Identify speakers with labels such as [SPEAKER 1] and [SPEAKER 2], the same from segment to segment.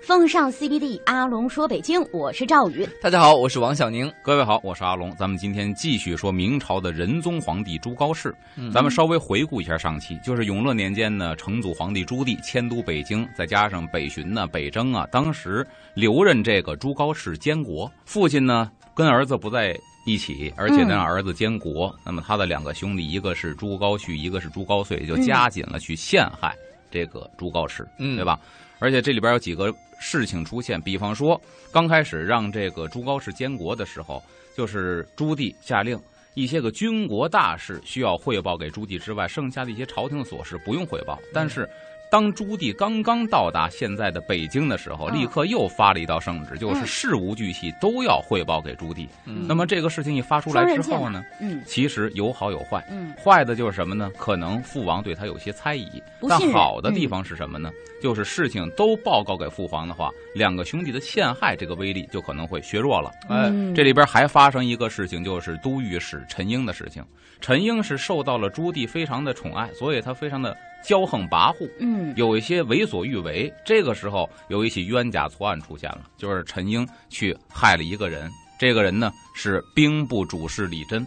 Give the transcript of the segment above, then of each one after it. [SPEAKER 1] 奉上 CBD，阿龙说北京，我是赵宇。
[SPEAKER 2] 大家好，我是王小宁。
[SPEAKER 3] 各位好，我是阿龙。咱们今天继续说明朝的仁宗皇帝朱高炽。咱们稍微回顾一下上期，就是永乐年间呢，成祖皇帝朱棣迁都北京，再加上北巡呢、北征啊，当时留任这个朱高炽监国。父亲呢跟儿子不在一起，而且呢
[SPEAKER 1] 嗯
[SPEAKER 3] 让儿子监国。那么他的两个兄弟，一个是朱高煦，一个是朱高燧，就加紧了去陷害这个朱高炽，
[SPEAKER 2] 嗯
[SPEAKER 3] 对吧？而且这里边有几个事情出现，比方说，刚开始让这个朱高炽监国的时候，就是朱棣下令一些个军国大事需要汇报给朱棣之外，剩下的一些朝廷琐事不用汇报。
[SPEAKER 1] 嗯
[SPEAKER 3] 但是，当朱棣刚刚到达现在的北京的时候，
[SPEAKER 1] 嗯
[SPEAKER 3] 立刻又发了一道圣旨，就
[SPEAKER 1] 嗯
[SPEAKER 3] 是事无巨细都要汇报给朱棣。
[SPEAKER 2] 嗯
[SPEAKER 3] 那么这个事情一发出
[SPEAKER 1] 双
[SPEAKER 3] 来
[SPEAKER 1] 刃
[SPEAKER 3] 之
[SPEAKER 1] 剑
[SPEAKER 3] 后
[SPEAKER 1] 嘛
[SPEAKER 3] 呢，
[SPEAKER 1] 嗯
[SPEAKER 3] 其实有好有坏。
[SPEAKER 1] 嗯
[SPEAKER 3] 坏的就是什么呢？可能父王对他有些猜疑
[SPEAKER 1] 不，
[SPEAKER 3] 但
[SPEAKER 1] 信任嗯
[SPEAKER 3] 好的地方是什么呢？就是事情都报告给父皇的话，两个兄弟的陷害这个威力就可能会削弱了。
[SPEAKER 2] 哎
[SPEAKER 1] 嗯，
[SPEAKER 3] 这里边还发生一个事情，就是都御史陈英的事情。陈英是受到了朱棣非常的宠爱，所以他非常的骄横跋扈，
[SPEAKER 1] 嗯
[SPEAKER 3] 有一些为所欲为。这个时候有一起冤假错案出现了，就是陈英去害了一个人，这个人呢是兵部主事李珍，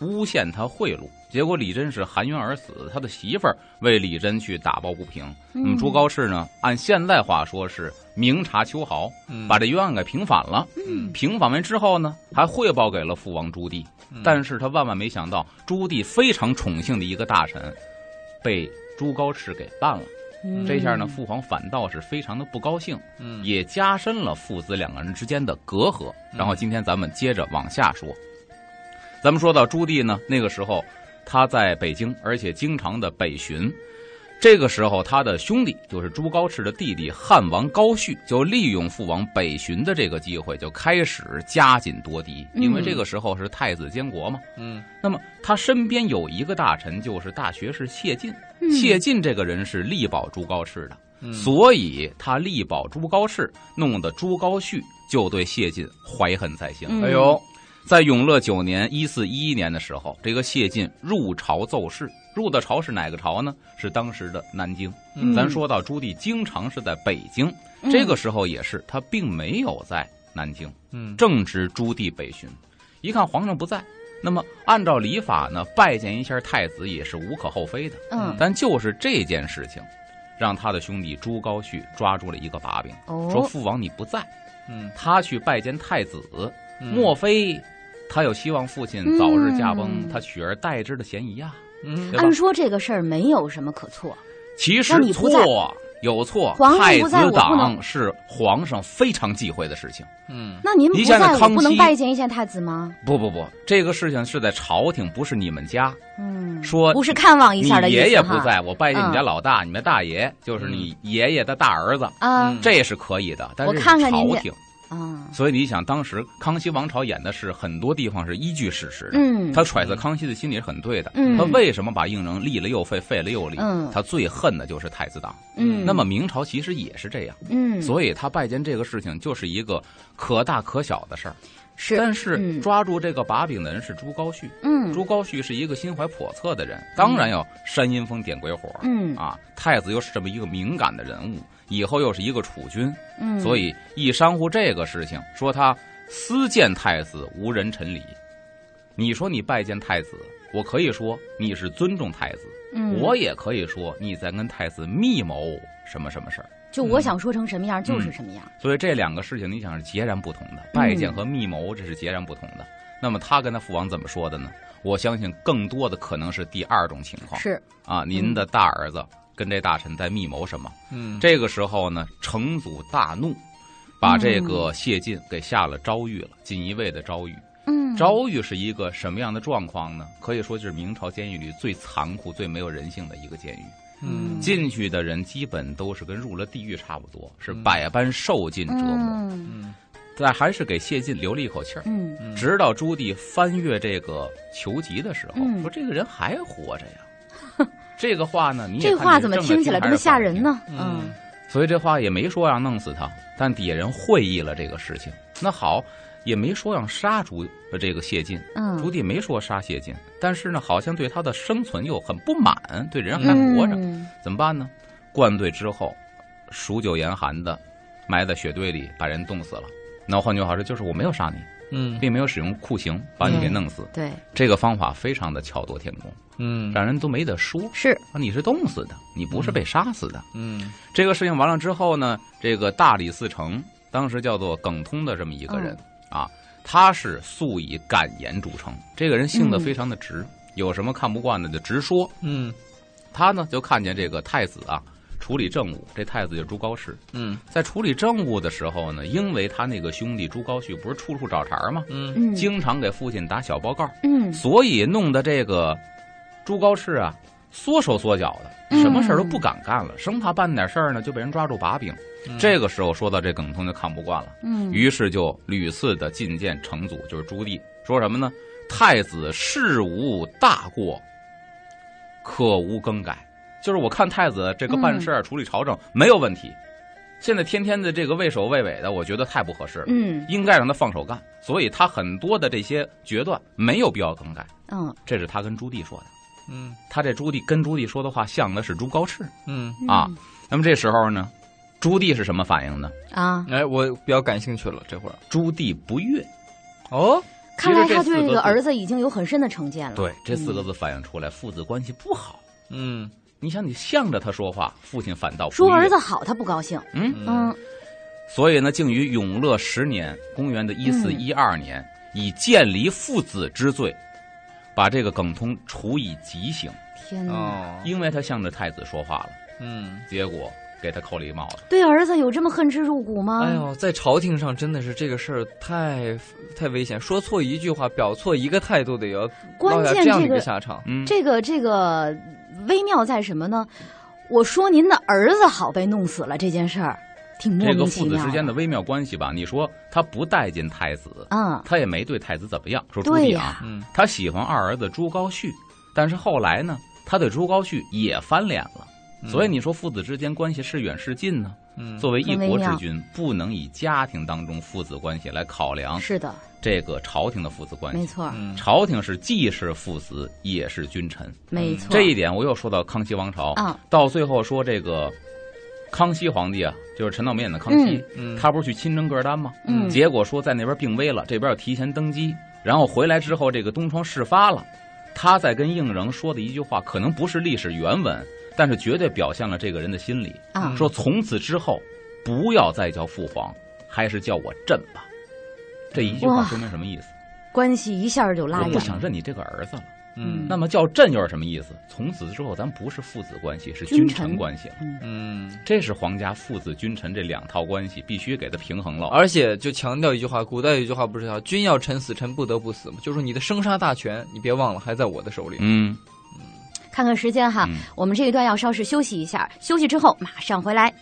[SPEAKER 3] 诬陷他贿赂。结果李珍是含冤而死，他的媳妇儿为李珍去打抱不平。
[SPEAKER 2] 嗯
[SPEAKER 3] 那嗯么朱高炽呢，按现在话说是明察秋毫，
[SPEAKER 2] 嗯
[SPEAKER 3] 把这冤案给平反了。
[SPEAKER 2] 嗯
[SPEAKER 3] 平反完之后呢，还汇报给了父王朱棣，但是他万万没想到，朱棣非常宠幸的一个大臣，被朱高炽给办了。
[SPEAKER 1] 嗯
[SPEAKER 3] 这下呢，父皇反倒是非常的不高兴，
[SPEAKER 2] 嗯
[SPEAKER 3] 也加深了父子两个人之间的隔阂。
[SPEAKER 2] 嗯
[SPEAKER 3] 然后今天咱们接着往下说，咱们说到朱棣呢，那个时候他在北京，而且经常的北巡。这个时候，他的兄弟就是朱高炽的弟弟汉王高煦，就利用父王北巡的这个机会，就开始加紧夺嫡。
[SPEAKER 1] 嗯
[SPEAKER 3] 因为这个时候是太子监国嘛，
[SPEAKER 2] 嗯
[SPEAKER 3] 那么他身边有一个大臣，就是大学士谢晋。
[SPEAKER 1] 嗯
[SPEAKER 3] 谢晋这个人是力保朱高炽的，
[SPEAKER 2] 嗯
[SPEAKER 3] 所以他力保朱高炽，弄得朱高煦就对谢晋怀恨在心。
[SPEAKER 1] 嗯
[SPEAKER 2] 哎呦，
[SPEAKER 3] 在永乐九年（一四一一年）的时候，这个谢晋入朝奏事，入的朝是哪个朝呢？是当时的南京。
[SPEAKER 1] 嗯
[SPEAKER 3] 咱说到朱棣经常是在北京，
[SPEAKER 1] 嗯
[SPEAKER 3] 这个时候也是他并没有在南京。
[SPEAKER 2] 嗯
[SPEAKER 3] 正值朱棣北巡，一看皇上不在，那么按照礼法呢，拜见一下太子也是无可厚非的。
[SPEAKER 1] 嗯
[SPEAKER 3] 但就是这件事情，让他的兄弟朱高煦抓住了一个把柄，说
[SPEAKER 1] 哦
[SPEAKER 3] 父王你不在，
[SPEAKER 2] 嗯，
[SPEAKER 3] 他去拜见太子，
[SPEAKER 2] 嗯
[SPEAKER 3] 莫非他有希望父亲早日驾崩，
[SPEAKER 1] 嗯
[SPEAKER 3] 他取而代之的嫌疑啊？
[SPEAKER 2] 嗯
[SPEAKER 3] 对吧
[SPEAKER 1] 按说这个事儿没有什么可错，
[SPEAKER 3] 其
[SPEAKER 1] 那
[SPEAKER 3] 实
[SPEAKER 1] 你不在
[SPEAKER 3] 错有错，
[SPEAKER 1] 皇上
[SPEAKER 3] 太
[SPEAKER 1] 不
[SPEAKER 3] 子
[SPEAKER 1] 在我不能
[SPEAKER 3] 党是皇上非常忌讳的事情。
[SPEAKER 2] 嗯
[SPEAKER 1] 那您不
[SPEAKER 3] 你想
[SPEAKER 1] 在，
[SPEAKER 3] 想
[SPEAKER 1] 我
[SPEAKER 3] 康
[SPEAKER 1] 不能
[SPEAKER 3] 熙
[SPEAKER 1] 拜见一下太子吗？
[SPEAKER 3] 不不不，这个事情是在朝廷，不是你们家。
[SPEAKER 1] 嗯，
[SPEAKER 3] 说
[SPEAKER 1] 不是看望一
[SPEAKER 3] 你
[SPEAKER 1] 下的意思
[SPEAKER 3] 爷爷不
[SPEAKER 1] 哈
[SPEAKER 3] 在，我拜见你家
[SPEAKER 1] 嗯
[SPEAKER 3] 老大，你们大爷就是你爷爷的大儿子，
[SPEAKER 1] 啊
[SPEAKER 2] 嗯
[SPEAKER 3] 这是可以的。但
[SPEAKER 1] 我
[SPEAKER 3] 是
[SPEAKER 1] 看看您
[SPEAKER 3] 朝
[SPEAKER 1] 家
[SPEAKER 3] 廷，
[SPEAKER 1] 啊
[SPEAKER 3] 所以你想，当时康熙王朝演的是很多地方是依据史实的，
[SPEAKER 1] 嗯
[SPEAKER 3] 他揣测康熙的心理是很对的。
[SPEAKER 1] 嗯
[SPEAKER 3] 他为什么把应仁立了又废，废了又立？
[SPEAKER 1] 嗯
[SPEAKER 3] 他最恨的就是太子党。
[SPEAKER 1] 嗯
[SPEAKER 3] 那么明朝其实也是这样，
[SPEAKER 1] 嗯
[SPEAKER 3] 所以他拜监这个事情就是一个可大可小的事儿。
[SPEAKER 1] 是
[SPEAKER 3] 但
[SPEAKER 1] 嗯
[SPEAKER 3] 是抓住这个把柄的人是朱高煦，
[SPEAKER 1] 嗯
[SPEAKER 3] 朱高煦是一个心怀叵测的人，当然要煽阴风点鬼火。
[SPEAKER 1] 嗯
[SPEAKER 3] 啊，太子又是这么一个敏感的人物，以后又是一个储君，
[SPEAKER 1] 嗯
[SPEAKER 3] 所以一商乎这个事情，说他私见太子无人陈礼。你说你拜见太子，我可以说你是尊重太子，
[SPEAKER 1] 嗯
[SPEAKER 3] 我也可以说你在跟太子密谋什么什么事儿。
[SPEAKER 1] 就我想说成什么样
[SPEAKER 3] 嗯
[SPEAKER 1] 就是什么样，
[SPEAKER 3] 所以这两个事情，你想是截然不同
[SPEAKER 1] 嗯
[SPEAKER 3] 的，拜见和密谋这是截然不同的。那么他跟他父王怎么说的呢？我相信更多的可能是第二种情况
[SPEAKER 1] 是
[SPEAKER 3] 啊，您的大儿子跟这大臣在密谋什么？
[SPEAKER 2] 嗯
[SPEAKER 3] 这个时候呢，成祖大怒，把这个谢晋给下了诏狱了，锦衣卫的诏狱。
[SPEAKER 1] 嗯
[SPEAKER 3] 诏狱是一个什么样的状况呢？可以说就是明朝监狱里最残酷、最没有人性的一个监狱。
[SPEAKER 2] 嗯
[SPEAKER 3] 进去的人基本都是跟入了地狱差不多，是百般受尽折磨。
[SPEAKER 1] 嗯
[SPEAKER 2] 嗯
[SPEAKER 3] 但还是给谢晋留了一口气儿。
[SPEAKER 1] 嗯
[SPEAKER 2] 嗯
[SPEAKER 3] 直到朱棣翻阅这个囚籍的时候，
[SPEAKER 1] 嗯
[SPEAKER 3] 说这个人还活着呀。这个话呢，你也
[SPEAKER 1] 这
[SPEAKER 3] 看
[SPEAKER 1] 话
[SPEAKER 3] 你
[SPEAKER 1] 怎么
[SPEAKER 3] 正着
[SPEAKER 1] 听起来这
[SPEAKER 3] 还
[SPEAKER 1] 么
[SPEAKER 3] 是
[SPEAKER 1] 吓
[SPEAKER 3] 反着
[SPEAKER 1] 人
[SPEAKER 3] 听？
[SPEAKER 1] 呢？
[SPEAKER 2] 嗯
[SPEAKER 3] 所以这话也没说要弄死他，但底下人会意了这个事情。那好，也没说要杀朱呃这个谢晋，
[SPEAKER 1] 嗯
[SPEAKER 3] 朱棣没说杀谢晋，但是呢，好像对他的生存又很不满，对人还
[SPEAKER 1] 嗯
[SPEAKER 3] 活着，怎么办呢？灌醉之后，数九严寒的埋在雪堆里把人冻死了。那换句话说，就是我没有杀你，
[SPEAKER 2] 嗯
[SPEAKER 3] 并没有使用酷刑把你给弄死。
[SPEAKER 1] 对，
[SPEAKER 3] 这个方法非常的巧夺天工，
[SPEAKER 2] 嗯
[SPEAKER 3] 让人都没得说。
[SPEAKER 1] 是
[SPEAKER 3] 啊你是冻死的，你不是被杀死的。
[SPEAKER 2] 嗯
[SPEAKER 3] 这个事情完了之后呢，这个大理寺丞当时叫做耿通的这么一个人、
[SPEAKER 1] 嗯
[SPEAKER 3] 啊，他是素以敢言著称，这个人性子
[SPEAKER 1] 嗯
[SPEAKER 3] 非常的直，有什么看不惯的就直说。
[SPEAKER 2] 嗯
[SPEAKER 3] 他呢就看见这个太子啊处理政务，这太子就是朱高炽，
[SPEAKER 2] 嗯
[SPEAKER 3] 在处理政务的时候呢，因为他那个兄弟朱高煦不是处处找茬儿吗？
[SPEAKER 2] 嗯
[SPEAKER 1] 嗯
[SPEAKER 3] 经常给父亲打小报告，
[SPEAKER 1] 嗯
[SPEAKER 3] 所以弄得这个朱高炽啊缩手缩脚的，
[SPEAKER 1] 嗯
[SPEAKER 3] 什么事儿都不敢干了，生怕办点事儿呢就被人抓住把柄。这个时候说到这耿通就看不惯了，
[SPEAKER 1] 嗯
[SPEAKER 3] 于是就屡次的进谏成祖，就是朱棣，说什么呢？太子事无大过，可无更改。就是我看太子这个办事
[SPEAKER 1] 嗯
[SPEAKER 3] 儿、处理朝政没有问题，现在天天的这个畏首畏尾的，我觉得太不合适了，
[SPEAKER 1] 嗯
[SPEAKER 3] 应该让他放手干。所以他很多的这些决断没有必要更改，
[SPEAKER 1] 嗯
[SPEAKER 3] 这是他跟朱棣说的。
[SPEAKER 2] 嗯
[SPEAKER 3] 他这朱棣跟朱棣说的话像的是朱高炽。
[SPEAKER 2] 嗯，
[SPEAKER 3] 啊那么这时候呢，朱棣是什么反应呢？
[SPEAKER 1] 啊，
[SPEAKER 2] 哎，我比较感兴趣了，这会儿
[SPEAKER 3] 朱棣不悦。
[SPEAKER 2] 哦，
[SPEAKER 1] 看来他
[SPEAKER 3] 其实
[SPEAKER 1] 对
[SPEAKER 3] 这四
[SPEAKER 1] 这
[SPEAKER 3] 个字
[SPEAKER 1] 个儿子已经有很深的成见了。
[SPEAKER 3] 对，这
[SPEAKER 1] 嗯
[SPEAKER 3] 四个字反映出来父子关系不好。
[SPEAKER 2] 嗯
[SPEAKER 3] 你想，你向着他说话，父亲反倒不
[SPEAKER 1] 说
[SPEAKER 3] 悦
[SPEAKER 1] 儿子。好，他不高兴。
[SPEAKER 3] 嗯，
[SPEAKER 1] 嗯
[SPEAKER 3] 所以呢，竟于永乐十年（公元的一
[SPEAKER 1] 嗯
[SPEAKER 3] 四一二年），以建离父子之罪，把这个耿通处以极刑，
[SPEAKER 1] 天哪，
[SPEAKER 2] 哦，
[SPEAKER 3] 因为他向着太子说话了，
[SPEAKER 2] 嗯，
[SPEAKER 3] 结果给他扣了一帽子。
[SPEAKER 1] 对儿子有这么恨之入骨
[SPEAKER 2] 哎
[SPEAKER 1] 吗？
[SPEAKER 2] 呦，在朝廷上真的是这个事儿太太危险，说错一句话，表错一个态度的，也要落
[SPEAKER 1] 关
[SPEAKER 2] 下
[SPEAKER 1] 键
[SPEAKER 2] 这样
[SPEAKER 1] 这
[SPEAKER 2] 的一个
[SPEAKER 1] 个
[SPEAKER 2] 下场。
[SPEAKER 3] 嗯，
[SPEAKER 1] 这个这个微妙在什么呢？我说您的儿子好被弄死了这件事儿，挺莫
[SPEAKER 3] 这个
[SPEAKER 1] 名
[SPEAKER 3] 父
[SPEAKER 1] 其
[SPEAKER 3] 子
[SPEAKER 1] 妙。
[SPEAKER 3] 之间的微妙关系吧，你说他不待见太子，
[SPEAKER 1] 嗯，
[SPEAKER 3] 他也没对太子怎么样。说朱
[SPEAKER 1] 对
[SPEAKER 3] 棣
[SPEAKER 1] 呀
[SPEAKER 3] 啊，，
[SPEAKER 2] 嗯
[SPEAKER 3] 他喜欢二儿子朱高煦，但是后来呢，他对朱高煦也翻脸了。所以你说父子之间关系是远是近呢？
[SPEAKER 2] 嗯
[SPEAKER 3] 作为一
[SPEAKER 1] 很
[SPEAKER 3] 国
[SPEAKER 1] 微
[SPEAKER 3] 之
[SPEAKER 1] 妙
[SPEAKER 3] 君，不能以家庭当中父子关系来考量
[SPEAKER 1] 是的，
[SPEAKER 3] 这个朝廷的父子关
[SPEAKER 1] 没
[SPEAKER 3] 系。
[SPEAKER 1] 错儿，
[SPEAKER 2] 嗯
[SPEAKER 3] 朝廷是既是父子也是君臣，
[SPEAKER 1] 没错儿。
[SPEAKER 3] 嗯这一点我又说到康熙王朝，
[SPEAKER 1] 啊
[SPEAKER 3] 到最后说这个康熙皇帝啊，就是陈道明演的康熙，
[SPEAKER 2] 嗯
[SPEAKER 3] 他不是去亲征噶尔丹吗？
[SPEAKER 1] 嗯
[SPEAKER 3] 结果说在那边病危了，这边要提前登基，然后回来之后，这个东窗事发了。他在跟应仍说的一句话，可能不是历史原文，但是绝对表现了这个人的心理。
[SPEAKER 1] 啊，
[SPEAKER 3] 说从此之后，不要再叫父皇，还是叫我朕吧。这一句话
[SPEAKER 1] 哇
[SPEAKER 3] 说明什么意思？
[SPEAKER 1] 关系一下就拉
[SPEAKER 3] 我
[SPEAKER 1] 远
[SPEAKER 3] 不
[SPEAKER 1] 了。
[SPEAKER 3] 想认你这个儿子了。
[SPEAKER 2] 嗯
[SPEAKER 3] 那么叫朕又是什么意思？从此之后，咱不是父子关系，是君
[SPEAKER 1] 君
[SPEAKER 3] 臣
[SPEAKER 1] 臣
[SPEAKER 3] 关系了。
[SPEAKER 2] 嗯，
[SPEAKER 3] 这是皇家父子君臣这两套关系必须给它平衡了。
[SPEAKER 2] 而且就强调一句话，古代有一句话不是叫“君要臣死，臣不得不死”吗？就是你的生杀大权，你别忘了还在我的手里。
[SPEAKER 3] 嗯，
[SPEAKER 1] 看看时间哈，
[SPEAKER 3] 嗯
[SPEAKER 1] 我们这一段要稍事休息一下，休息之后马上回来。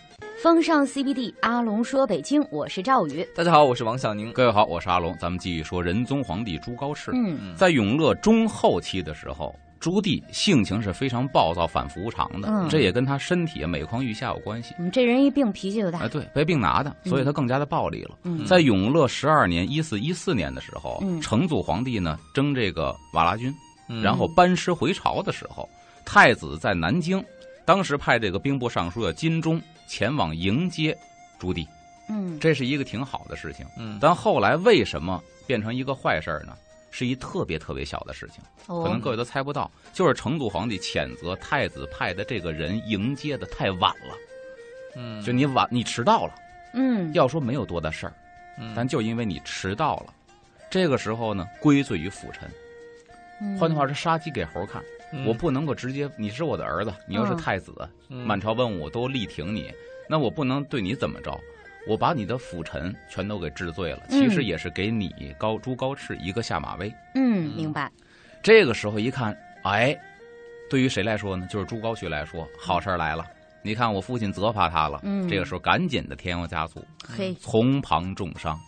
[SPEAKER 1] 风尚 CBD，阿龙说北京，我是赵宇。
[SPEAKER 2] 大家好，我是王小宁。
[SPEAKER 3] 各位好，我是阿龙，咱们继续说仁宗皇帝朱高炽。
[SPEAKER 1] 嗯
[SPEAKER 3] 在永乐中后期的时候，朱棣性情是非常暴躁、反复无常的，
[SPEAKER 1] 嗯
[SPEAKER 3] 这也跟他身体啊每况愈下有关系。
[SPEAKER 1] 嗯，这人一病脾气就
[SPEAKER 3] 哎，
[SPEAKER 1] 大。
[SPEAKER 3] 对，被病拿的，所以他更加的暴力了。
[SPEAKER 1] 嗯
[SPEAKER 3] 在永乐十二年（一四一四年）的时候，
[SPEAKER 1] 嗯
[SPEAKER 3] 成祖皇帝呢征这个瓦剌军，
[SPEAKER 2] 嗯
[SPEAKER 3] 然后班师回朝的时候，太子在南京，当时派这个兵部尚书的金忠前往迎接朱棣，
[SPEAKER 1] 嗯
[SPEAKER 3] 这是一个挺好的事情。
[SPEAKER 2] 嗯，
[SPEAKER 3] 但后来为什么变成一个坏事儿呢？是一特别特别小的事情，可能
[SPEAKER 1] 哦，
[SPEAKER 3] 各位都猜不到，就是成祖皇帝谴责太子派的这个人迎接的太晚了，
[SPEAKER 2] 嗯
[SPEAKER 3] 就你晚你迟到了。
[SPEAKER 1] 嗯，
[SPEAKER 3] 要说没有多大事儿，
[SPEAKER 2] 嗯
[SPEAKER 3] 但就因为你迟到了，这个时候呢，归罪于辅臣。
[SPEAKER 1] 嗯
[SPEAKER 3] 换句话说，杀鸡给猴看，
[SPEAKER 2] 嗯
[SPEAKER 3] 我不能够直接，你是我的儿子，你又是
[SPEAKER 1] 嗯
[SPEAKER 3] 太子，
[SPEAKER 2] 嗯
[SPEAKER 3] 满朝文武都力挺你，那我不能对你怎么着？我把你的辅臣全都给治罪了，其实
[SPEAKER 1] 嗯
[SPEAKER 3] 也是给你高朱高炽一个下马威。
[SPEAKER 1] 嗯，明白。
[SPEAKER 3] 这个时候一看，哎，对于谁来说呢？就是朱高煦来说，好事儿来了。你看我父亲责罚他了，
[SPEAKER 1] 嗯
[SPEAKER 3] 这个时候赶紧的添油加醋，
[SPEAKER 1] 嘿，
[SPEAKER 3] 从旁重伤，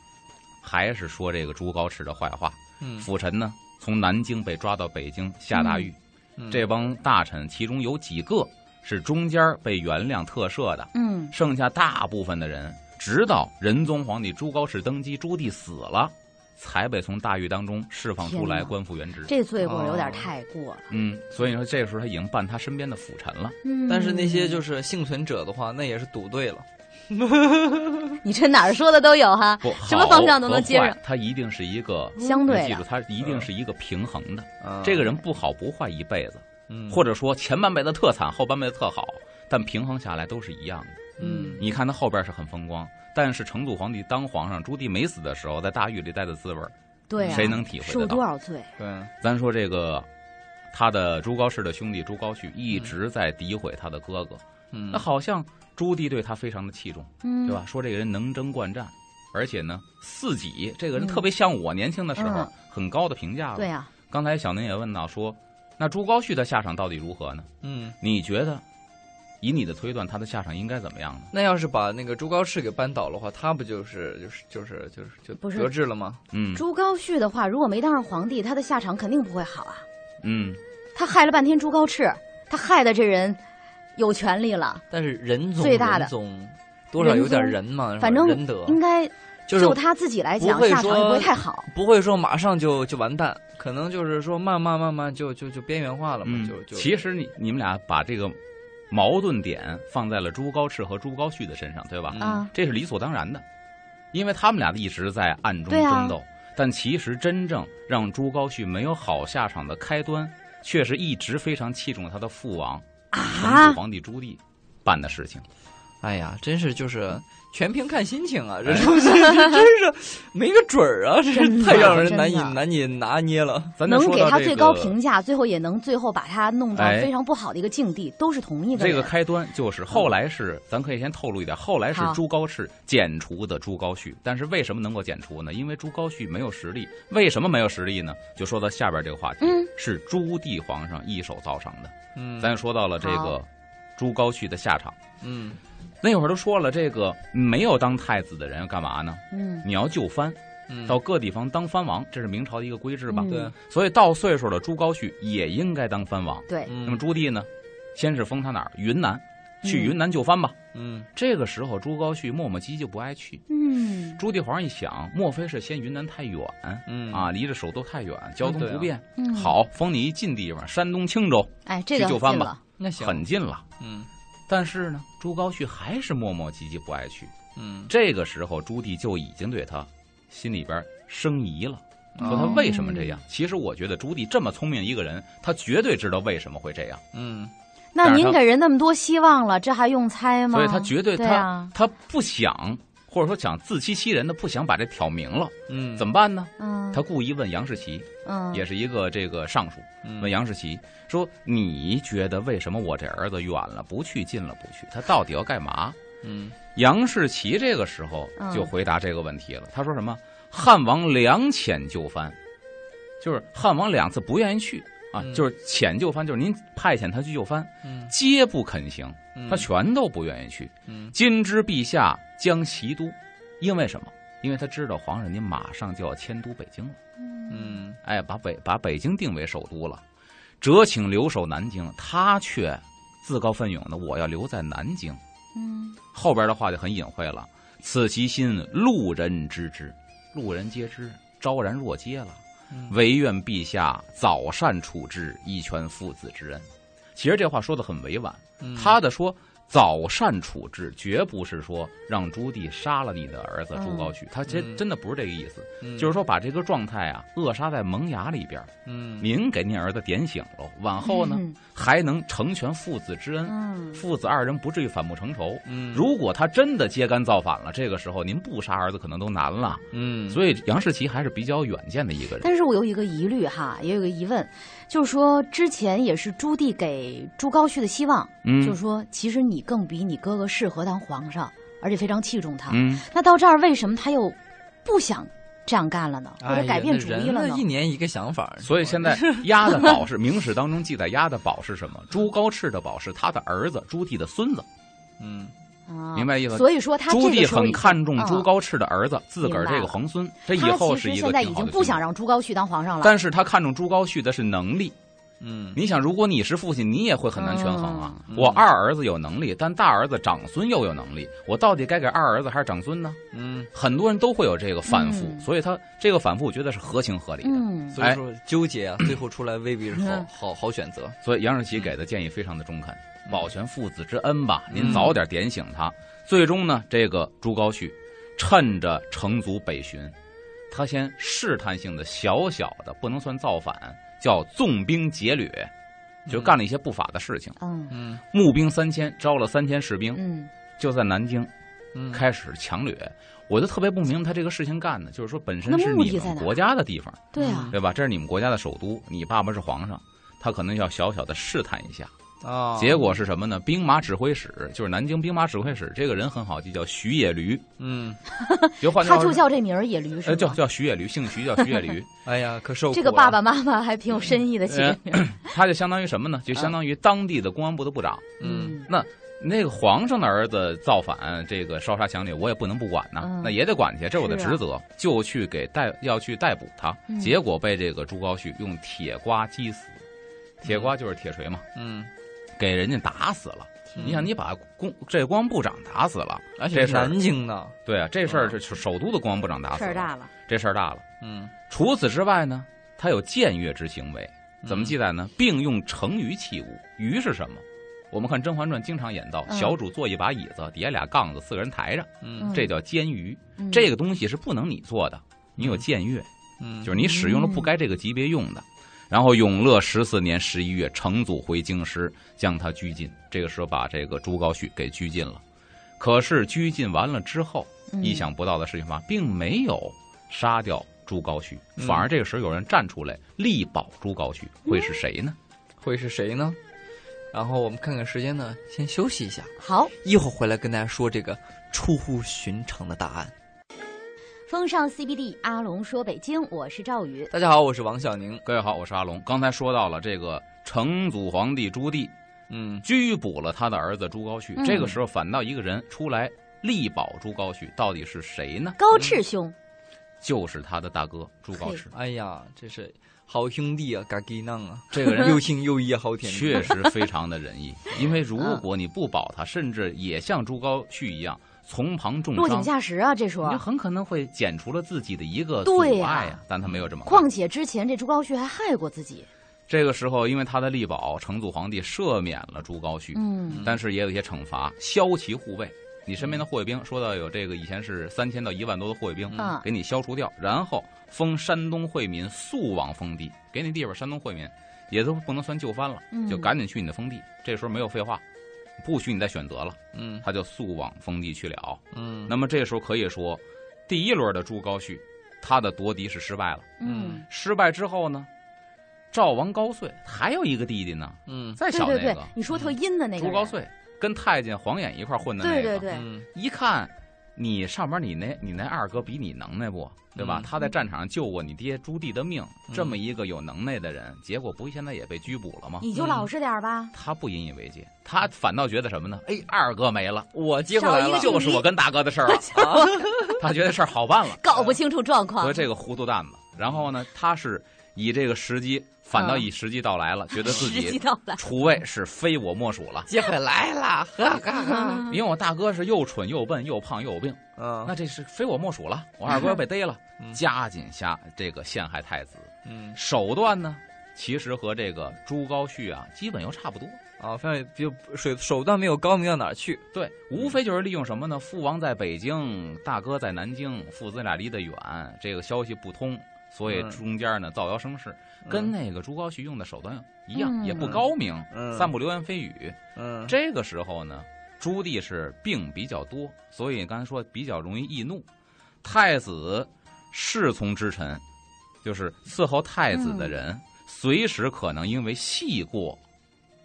[SPEAKER 3] 还是说这个朱高炽的坏话。
[SPEAKER 2] 嗯
[SPEAKER 3] 辅臣呢，从南京被抓到北京下大狱，
[SPEAKER 2] 嗯
[SPEAKER 3] 这帮大臣其中有几个是中间被原谅特赦的，
[SPEAKER 1] 嗯
[SPEAKER 3] 剩下大部分的人，直到仁宗皇帝朱高炽登基，朱棣死了，才被从大狱当中释放出
[SPEAKER 1] 天
[SPEAKER 3] 来，
[SPEAKER 1] 哪
[SPEAKER 3] 官复原职。
[SPEAKER 1] 这罪过有点
[SPEAKER 2] 哦
[SPEAKER 1] 太过了。
[SPEAKER 3] 嗯，所以说这个时候他已经办他身边的辅臣了。
[SPEAKER 1] 嗯，
[SPEAKER 2] 但是那些就是幸存者的话，那也是赌对了。
[SPEAKER 1] 嗯你这哪儿说的都有哈，
[SPEAKER 3] 不
[SPEAKER 1] 什么方向都能接，
[SPEAKER 3] 好和
[SPEAKER 1] 上
[SPEAKER 3] 坏它一定是一个
[SPEAKER 1] 相对
[SPEAKER 3] 你嗯记
[SPEAKER 1] 的
[SPEAKER 3] 住，它一定是一个平衡的。
[SPEAKER 2] 嗯
[SPEAKER 3] 这个人不好不坏一辈子，
[SPEAKER 2] 嗯
[SPEAKER 3] 或者说前半辈子特惨，后半辈子特好，但平衡下来都是一样的。
[SPEAKER 2] 嗯
[SPEAKER 3] 你看他后边是很风光，但是成祖皇帝当皇上，朱棣没死的时候，在大狱里待的滋味儿，
[SPEAKER 1] 对啊，
[SPEAKER 3] 谁能体会
[SPEAKER 1] 受
[SPEAKER 3] 得
[SPEAKER 1] 多
[SPEAKER 3] 到？
[SPEAKER 1] 少罪？
[SPEAKER 2] 对，
[SPEAKER 3] 咱说这个，他的朱高炽的兄弟朱高煦一直在诋毁他的哥哥，
[SPEAKER 2] 嗯
[SPEAKER 3] 那好像朱棣对他非常的器重，
[SPEAKER 1] 嗯，
[SPEAKER 3] 对吧？？说这个人能征惯战，而且呢，四己这个人特别像我年轻的时候
[SPEAKER 1] 嗯
[SPEAKER 3] 很高的评价了。
[SPEAKER 1] 对啊，
[SPEAKER 3] 刚才小宁也问到说，那朱高煦的下场到底如何呢？
[SPEAKER 2] 嗯，
[SPEAKER 3] 你觉得，以你的推断，他的下场应该怎么样呢？
[SPEAKER 2] 那要是把那个朱高炽给扳倒的话，他不就是就是就是就是就
[SPEAKER 1] 不是
[SPEAKER 2] 得志了吗？
[SPEAKER 3] 嗯
[SPEAKER 1] 朱高煦的话，如果没当上皇帝，他的下场肯定不会好啊。
[SPEAKER 3] 嗯，
[SPEAKER 1] 他害了半天朱高炽，他害的这人有权利了，
[SPEAKER 2] 但是人总
[SPEAKER 1] 最大的
[SPEAKER 2] 人总多少有点人嘛，是吧
[SPEAKER 1] 反正
[SPEAKER 2] 仁德
[SPEAKER 1] 应该
[SPEAKER 2] 就是
[SPEAKER 1] 就他自己来讲
[SPEAKER 2] 不，会
[SPEAKER 1] 下场也
[SPEAKER 2] 说
[SPEAKER 1] 不会太好。
[SPEAKER 2] 不会说马上就就完蛋，可能就是说慢慢慢慢就就就边缘化了嘛，
[SPEAKER 3] 嗯
[SPEAKER 2] 就就
[SPEAKER 3] 其实你你们俩把这个矛盾点放在了朱高炽和朱高煦的身上，对吧？
[SPEAKER 2] 嗯
[SPEAKER 1] 啊，
[SPEAKER 3] 这是理所当然的，因为他们俩一直在暗中
[SPEAKER 1] 对啊
[SPEAKER 3] 争斗。但其实真正让朱高煦没有好下场的开端，却是一直非常器重他的父王成
[SPEAKER 1] 啊
[SPEAKER 3] 祖，皇帝朱棣办的事情。
[SPEAKER 2] 哎呀，真是就是全凭看心情
[SPEAKER 3] 哎
[SPEAKER 2] 啊，这东西真是没个准儿啊，这
[SPEAKER 1] 真
[SPEAKER 2] 是
[SPEAKER 1] 的
[SPEAKER 2] 太让人难以
[SPEAKER 1] 真的
[SPEAKER 2] 难以拿捏了。
[SPEAKER 3] 咱就
[SPEAKER 1] 能
[SPEAKER 3] 说
[SPEAKER 1] 给
[SPEAKER 3] 到
[SPEAKER 1] 他
[SPEAKER 3] 这
[SPEAKER 1] 最高
[SPEAKER 3] 个
[SPEAKER 1] 评价，最后也能最后把他弄到
[SPEAKER 3] 哎
[SPEAKER 1] 非常不好的一个境地，都是同一个
[SPEAKER 3] 这
[SPEAKER 1] 人。
[SPEAKER 3] 个开端就是后来是，咱可以先透露一点，后来是
[SPEAKER 1] 好
[SPEAKER 3] 朱高炽剪除的朱高煦。但是为什么能够剪除呢？因为朱高煦没有实力。为什么没有实力呢？就说到下边这个话题，
[SPEAKER 1] 嗯
[SPEAKER 3] 是朱棣皇上一手造成的。
[SPEAKER 2] 嗯，
[SPEAKER 3] 咱说到了这个
[SPEAKER 1] 好
[SPEAKER 3] 朱高煦的下场，
[SPEAKER 2] 嗯
[SPEAKER 3] 那会儿都说了，这个没有当太子的人要干嘛呢？
[SPEAKER 1] 嗯，
[SPEAKER 3] 你要就藩，
[SPEAKER 2] 嗯，
[SPEAKER 3] 到各地方当藩王，这是明朝的一个规制吧？
[SPEAKER 1] 嗯
[SPEAKER 2] 对，
[SPEAKER 3] 所以到岁数了，朱高煦也应该当藩王。
[SPEAKER 1] 对，
[SPEAKER 2] 嗯
[SPEAKER 3] 那么朱棣呢，先是封他哪儿？云南，去
[SPEAKER 1] 嗯
[SPEAKER 3] 云南就藩吧。
[SPEAKER 2] 嗯
[SPEAKER 3] 这个时候，朱高煦磨磨唧唧不爱去。
[SPEAKER 1] 嗯
[SPEAKER 3] 朱棣皇上一想，莫非是嫌云南太远、
[SPEAKER 2] 嗯
[SPEAKER 3] 啊，离着首都太远，交通
[SPEAKER 2] 嗯对啊
[SPEAKER 3] 不便？
[SPEAKER 1] 嗯，，
[SPEAKER 3] 好，封你一近地方，山东青州，
[SPEAKER 1] 哎，这个
[SPEAKER 3] 去
[SPEAKER 1] 近
[SPEAKER 3] 就范吧
[SPEAKER 1] 了，
[SPEAKER 2] 那行，
[SPEAKER 3] 很近了。
[SPEAKER 2] 嗯
[SPEAKER 3] 但是呢，朱高煦还是磨磨唧唧不爱去。
[SPEAKER 2] 嗯，
[SPEAKER 3] 这个时候，朱棣就已经对他心里边生疑了，
[SPEAKER 2] 嗯
[SPEAKER 3] 说他为什么这样？其实我觉得朱棣这么聪明一个人，他绝对知道为什么会这样，
[SPEAKER 2] 嗯
[SPEAKER 1] 那
[SPEAKER 3] 但是
[SPEAKER 1] 您
[SPEAKER 3] 他
[SPEAKER 1] 给人那么多希望了，这还用猜吗？
[SPEAKER 3] 所以他绝对
[SPEAKER 1] 对
[SPEAKER 3] 他、
[SPEAKER 1] 啊
[SPEAKER 3] 他不想，或者说想自欺欺人的不想把这挑明了，
[SPEAKER 2] 嗯，
[SPEAKER 3] 怎
[SPEAKER 2] 么
[SPEAKER 3] 么办呢？
[SPEAKER 1] 嗯，
[SPEAKER 3] 他故意问杨士奇，
[SPEAKER 1] 嗯
[SPEAKER 3] 也是一个这个尚书，问杨士奇说：“你觉得为什么我这儿子远了不去，近了不去？他到底要干嘛
[SPEAKER 2] 嗯？”
[SPEAKER 3] 杨士奇这个时候
[SPEAKER 1] 嗯
[SPEAKER 3] 就回答这个问题了。他说什么？汉王两遣就藩，就是汉王两次不愿意去啊
[SPEAKER 2] 嗯，
[SPEAKER 3] 就是遣就藩，就是您派遣他去就藩，
[SPEAKER 2] 嗯
[SPEAKER 3] 皆不肯行，
[SPEAKER 2] 嗯，
[SPEAKER 3] 他全都不愿意去。
[SPEAKER 2] 嗯
[SPEAKER 3] 今知陛下将袭都，因为什么？因为他知道皇上您马上就要迁都北京了。
[SPEAKER 2] 嗯
[SPEAKER 3] 哎，把北把北京定为首都了，哲请留守南京，他却自告奋勇的，我要留在南京。
[SPEAKER 1] 嗯
[SPEAKER 3] 后边的话就很隐晦了，此其心，路人知之，路人皆知，昭然若揭了。
[SPEAKER 2] 嗯
[SPEAKER 3] 唯愿陛下早善处之，以全父子之恩。其实这话说的很委婉，
[SPEAKER 2] 嗯
[SPEAKER 3] 他的说早善处置，绝不是说让朱棣杀了你的儿子朱高煦，他这
[SPEAKER 2] 嗯
[SPEAKER 3] 真的不是这个意思，
[SPEAKER 2] 嗯
[SPEAKER 3] 就是说把这个状态啊扼杀在萌芽里边儿。
[SPEAKER 2] 嗯
[SPEAKER 3] 您给您儿子点醒喽，往后呢、
[SPEAKER 1] 嗯
[SPEAKER 3] 还能成全父子之恩，
[SPEAKER 1] 嗯
[SPEAKER 3] 父子二人不至于反目成仇。
[SPEAKER 2] 嗯
[SPEAKER 3] 如果他真的揭竿造反了，这个时候您不杀儿子可能都难了。
[SPEAKER 2] 嗯，
[SPEAKER 3] 所以杨士奇还是比较远见的一个人。
[SPEAKER 1] 但是我有一个疑虑哈，也有一个疑问，就是说之前也是朱棣给朱高煦的希望，
[SPEAKER 3] 嗯
[SPEAKER 1] 就是说其实你更比你哥哥适合当皇上，而且非常器重他。
[SPEAKER 3] 嗯，
[SPEAKER 1] 那到这儿为什么他又不想这样干了呢？或
[SPEAKER 2] 哎
[SPEAKER 1] 者
[SPEAKER 2] 呀
[SPEAKER 1] 改变主意了
[SPEAKER 2] 那人
[SPEAKER 1] 呢
[SPEAKER 2] 呢一？年一个想法，
[SPEAKER 3] 所以现在压的宝是明史当中记载压的宝是什么？朱高炽的宝是他的儿子朱棣的孙子。
[SPEAKER 2] 嗯
[SPEAKER 1] 啊
[SPEAKER 3] 明白意思
[SPEAKER 1] 所以说他这
[SPEAKER 3] 朱
[SPEAKER 1] 个
[SPEAKER 3] 棣
[SPEAKER 1] 时候已
[SPEAKER 3] 很
[SPEAKER 1] 经
[SPEAKER 3] 看重
[SPEAKER 1] 啊
[SPEAKER 3] 朱高炽的儿子，自个儿
[SPEAKER 1] 明白
[SPEAKER 3] 这个
[SPEAKER 1] 了
[SPEAKER 3] 皇孙，这以
[SPEAKER 1] 他
[SPEAKER 3] 后
[SPEAKER 1] 其
[SPEAKER 3] 是
[SPEAKER 1] 实
[SPEAKER 3] 一
[SPEAKER 1] 现
[SPEAKER 3] 个
[SPEAKER 1] 在
[SPEAKER 3] 挺
[SPEAKER 1] 已
[SPEAKER 3] 好
[SPEAKER 1] 经
[SPEAKER 3] 的
[SPEAKER 1] 不
[SPEAKER 3] 兄
[SPEAKER 1] 想
[SPEAKER 3] 弟。
[SPEAKER 1] 让朱高煦当皇上了。
[SPEAKER 3] 但是他看重朱高煦的是能力。
[SPEAKER 2] 嗯
[SPEAKER 3] 你想，如果你是父亲，你也会很难权衡啊。
[SPEAKER 2] 嗯
[SPEAKER 3] 我二儿子有能力，但大儿子长孙又有能力，我到底该给二儿子还是长孙呢？
[SPEAKER 2] 嗯，
[SPEAKER 3] 很多人都会有这个反复，
[SPEAKER 1] 嗯
[SPEAKER 3] 所以他这个反复，我觉得是合情合理的。
[SPEAKER 1] 嗯，
[SPEAKER 3] 哎
[SPEAKER 2] 所以说纠结啊，最后出来未必是好好好选择。
[SPEAKER 1] 嗯
[SPEAKER 3] 所以杨士奇给的建议非常的中肯，保全父子之恩吧，您早点点醒他。最终呢，这个朱高煦趁着成祖北巡，他先试探性的小小的，不能算造反，叫纵兵劫掠，就干了一些不法的事情。
[SPEAKER 1] 嗯
[SPEAKER 2] 嗯
[SPEAKER 3] 募兵三千，招了三千士兵，
[SPEAKER 1] 嗯
[SPEAKER 3] 就在南京
[SPEAKER 2] 嗯，
[SPEAKER 3] 开始抢掠。我就特别不明白他这个事情干的，就是说本身
[SPEAKER 1] 那
[SPEAKER 3] 是
[SPEAKER 1] 目的
[SPEAKER 3] 你
[SPEAKER 1] 在
[SPEAKER 3] 们
[SPEAKER 1] 哪
[SPEAKER 3] 国家的地方，
[SPEAKER 1] 对啊，
[SPEAKER 3] 对吧？这是你们国家的首都，你爸爸是皇上，他可能要小小的试探一下。
[SPEAKER 1] 哦
[SPEAKER 2] 啊，
[SPEAKER 3] 结果是什么呢？兵马指挥使就是南京兵马指挥使，这个人很好记，叫徐 野驴。
[SPEAKER 2] 嗯，
[SPEAKER 3] 就换句话
[SPEAKER 1] 他
[SPEAKER 3] 说
[SPEAKER 1] 就叫这名儿野驴是
[SPEAKER 3] 呃
[SPEAKER 1] 吗？
[SPEAKER 3] 叫叫徐野驴，姓徐叫徐 野驴。
[SPEAKER 2] 哎呀，可受苦
[SPEAKER 1] 这个
[SPEAKER 2] 了
[SPEAKER 1] 爸爸妈妈还挺有深意的起
[SPEAKER 3] 嗯
[SPEAKER 1] 这名儿。
[SPEAKER 3] 他就相当于什么呢？就相当于当地的公安部的部长。
[SPEAKER 2] 嗯
[SPEAKER 3] 那个皇上的儿子造反，这个烧杀抢掠，我也不能不管呐、
[SPEAKER 1] 嗯
[SPEAKER 3] 那也得管去，这是我的
[SPEAKER 1] 是啊
[SPEAKER 3] 职责，就去给逮，要去逮捕他。
[SPEAKER 1] 嗯
[SPEAKER 3] 结果被这个朱高煦用铁瓜击死，铁瓜就是铁锤嘛，
[SPEAKER 2] 嗯，
[SPEAKER 3] 给人家打死了。
[SPEAKER 2] 嗯
[SPEAKER 3] 你想，你把公这公安部长打死了，
[SPEAKER 2] 而且
[SPEAKER 3] 这
[SPEAKER 2] 是
[SPEAKER 3] 事儿
[SPEAKER 2] 南京的，
[SPEAKER 3] 对啊，这事儿就是首都的公安部长打
[SPEAKER 1] 嗯事
[SPEAKER 3] 死了，
[SPEAKER 1] 儿大了，
[SPEAKER 3] 这事儿大了。
[SPEAKER 2] 嗯
[SPEAKER 3] 除此之外呢，他有僭越之行为，怎么
[SPEAKER 2] 嗯
[SPEAKER 3] 记载呢？并用成语器物，鱼是什么？我们看《甄嬛传》经常演到，
[SPEAKER 1] 嗯
[SPEAKER 3] 小主坐一把椅子，底下俩杠子，四个人抬着，
[SPEAKER 2] 嗯
[SPEAKER 3] 这叫监鱼。
[SPEAKER 1] 嗯
[SPEAKER 3] 这个东西是不能你做的，你有僭越，
[SPEAKER 2] 嗯，
[SPEAKER 3] 就是你使用了不该这个级别用的。然后永乐十四年十一月，成祖回京师，将他拘禁。这个时候把这个朱高煦给拘禁了。可是拘禁完了之后，
[SPEAKER 1] 嗯
[SPEAKER 3] 意，想不到的事情发生，并没有杀掉朱高煦，
[SPEAKER 2] 嗯
[SPEAKER 3] 反而这个时候有人站出来力保朱高煦，会是谁呢？
[SPEAKER 2] 会是谁呢？然后我们看看时间呢，先休息一下，
[SPEAKER 1] 嗯好。
[SPEAKER 2] 一会儿回来跟大家说这个出乎寻常的答案。
[SPEAKER 1] 风尚 CBD，阿龙说北京，我是赵宇。
[SPEAKER 2] 大家好，我是王小宁。
[SPEAKER 3] 各位好，我是阿龙。刚才说到了这个成祖皇帝朱棣
[SPEAKER 2] 嗯
[SPEAKER 3] 拘捕了他的儿子朱高煦，
[SPEAKER 1] 嗯
[SPEAKER 3] 这个时候反倒一个人出来力保朱高煦，到底是谁呢？
[SPEAKER 1] 高志兄，
[SPEAKER 3] 就是他的大哥朱高炽。
[SPEAKER 2] 哎呀，这是好兄弟啊，嘎给弄啊，
[SPEAKER 3] 这个人
[SPEAKER 2] 又亲又义，好甜蜜。
[SPEAKER 3] 确实非常的仁义，因为如
[SPEAKER 1] 嗯
[SPEAKER 3] 果你不保他，甚至也像朱高煦一样从旁重
[SPEAKER 1] 落井
[SPEAKER 3] 伤。
[SPEAKER 1] 下石啊，这说
[SPEAKER 3] 你就。很可能会剪除了自己的一个阻
[SPEAKER 1] 对呀
[SPEAKER 3] 碍啊，但他没有这么干。
[SPEAKER 1] 况且之前这朱高煦还害过自己，
[SPEAKER 3] 这个时候，因为他的力保，成祖皇帝赦免了朱高煦，
[SPEAKER 1] 嗯
[SPEAKER 3] 但是也有一些惩罚，削其护卫。你身边的护卫兵，说到有这个以前是三千到一万多的护卫兵，
[SPEAKER 1] 嗯
[SPEAKER 3] 给你消除掉，然后封山东会民速往封地，给你地方山东会民也都不能算就藩了，
[SPEAKER 1] 嗯
[SPEAKER 3] 就赶紧去你的封地。这时候没有废话，不许你再选择了，
[SPEAKER 2] 嗯
[SPEAKER 3] 他就速往封地去了。
[SPEAKER 2] 嗯
[SPEAKER 3] 那么这时候可以说，第一轮的朱高煦，他的夺嫡是失败了。
[SPEAKER 1] 嗯，
[SPEAKER 3] 失败之后呢，赵王高燧还有一个弟弟呢，
[SPEAKER 2] 嗯
[SPEAKER 3] 再
[SPEAKER 1] 对
[SPEAKER 3] 小那
[SPEAKER 1] 对
[SPEAKER 3] 个
[SPEAKER 1] 对，你说特阴的那个
[SPEAKER 3] 朱
[SPEAKER 1] 人
[SPEAKER 3] 高，燧，跟太监黄衍一块混的那个。
[SPEAKER 1] 对对对，
[SPEAKER 2] 嗯
[SPEAKER 3] 一看你上边你那你那二哥比你能耐不？对吧？
[SPEAKER 2] 嗯
[SPEAKER 3] 他在战场上救过你爹朱棣的命，
[SPEAKER 2] 嗯
[SPEAKER 3] 这么一个有能耐的人，结果不现在也被拘捕了吗？
[SPEAKER 1] 你就老实点儿吧。
[SPEAKER 3] 他不引以为戒，他反倒觉得什么呢？哎，二哥没了，
[SPEAKER 2] 我接过来
[SPEAKER 1] 少一
[SPEAKER 2] 了
[SPEAKER 1] 个弟弟
[SPEAKER 3] 就是我跟大哥的事 儿了。 啊他觉得事儿好办了，
[SPEAKER 1] 搞不清楚状况
[SPEAKER 3] 和，这个糊涂蛋子。然后呢，他是以这个时机，反倒以时机到来了，觉得自
[SPEAKER 1] 时机
[SPEAKER 3] 己
[SPEAKER 1] 到来，
[SPEAKER 3] 厨卫是非我莫属了。
[SPEAKER 2] 接回来了，呵呵呵。
[SPEAKER 1] 嗯
[SPEAKER 3] 因为我大哥是又蠢又笨又胖又有病，那
[SPEAKER 2] 嗯
[SPEAKER 3] 这是非我莫属了。我二哥被逮了
[SPEAKER 2] 嗯，
[SPEAKER 3] 加紧下这个陷害太子
[SPEAKER 2] 嗯
[SPEAKER 3] 手段呢，其实和这个朱高煦啊基本又差不多。
[SPEAKER 2] 啊，反正就手手段没有高明到哪儿去。
[SPEAKER 3] 对，无非就是利用什么呢？父王在北京，大哥在南京，父子俩离得远，这个消息不通，所以
[SPEAKER 2] 嗯
[SPEAKER 3] 中间呢造谣生事，跟那个朱高煦用的手段一样，
[SPEAKER 1] 嗯
[SPEAKER 3] 也不高明，
[SPEAKER 2] 嗯
[SPEAKER 3] 散布流言蜚语。
[SPEAKER 2] 嗯
[SPEAKER 3] 这个时候呢，朱棣是病比较多，所以刚才说比较容易易怒。太子侍从之臣，就是伺候太子的人，随时可能因为细过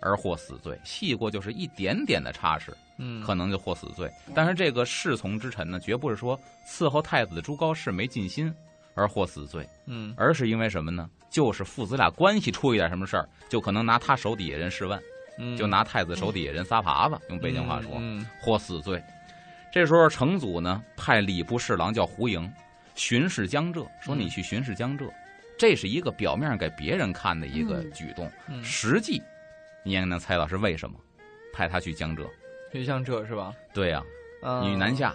[SPEAKER 3] 而获死罪。细过就是一点点的差池，
[SPEAKER 2] 嗯
[SPEAKER 3] 可能就获死罪。但是这个侍从之臣呢，绝不是说伺候太子的朱高炽没尽心而获死罪，
[SPEAKER 2] 嗯
[SPEAKER 3] 而是因为什么呢？就是父子俩关系出一点什么事儿，就可能拿他手底下人试问。
[SPEAKER 2] 嗯
[SPEAKER 3] 就拿太子手底下人撒耙子，用北京话说，
[SPEAKER 2] 嗯
[SPEAKER 3] 获死罪。这时候成祖呢派礼部侍郎叫胡莹巡视江浙，说
[SPEAKER 2] 嗯
[SPEAKER 3] 你去巡视江浙，这是一个表面上给别人看的一个
[SPEAKER 1] 嗯
[SPEAKER 3] 举动，
[SPEAKER 2] 嗯，
[SPEAKER 3] 实际你也能猜到是为什么，派他去江浙。
[SPEAKER 2] 就像这是吧？
[SPEAKER 3] 对呀、
[SPEAKER 2] 嗯
[SPEAKER 3] 女南下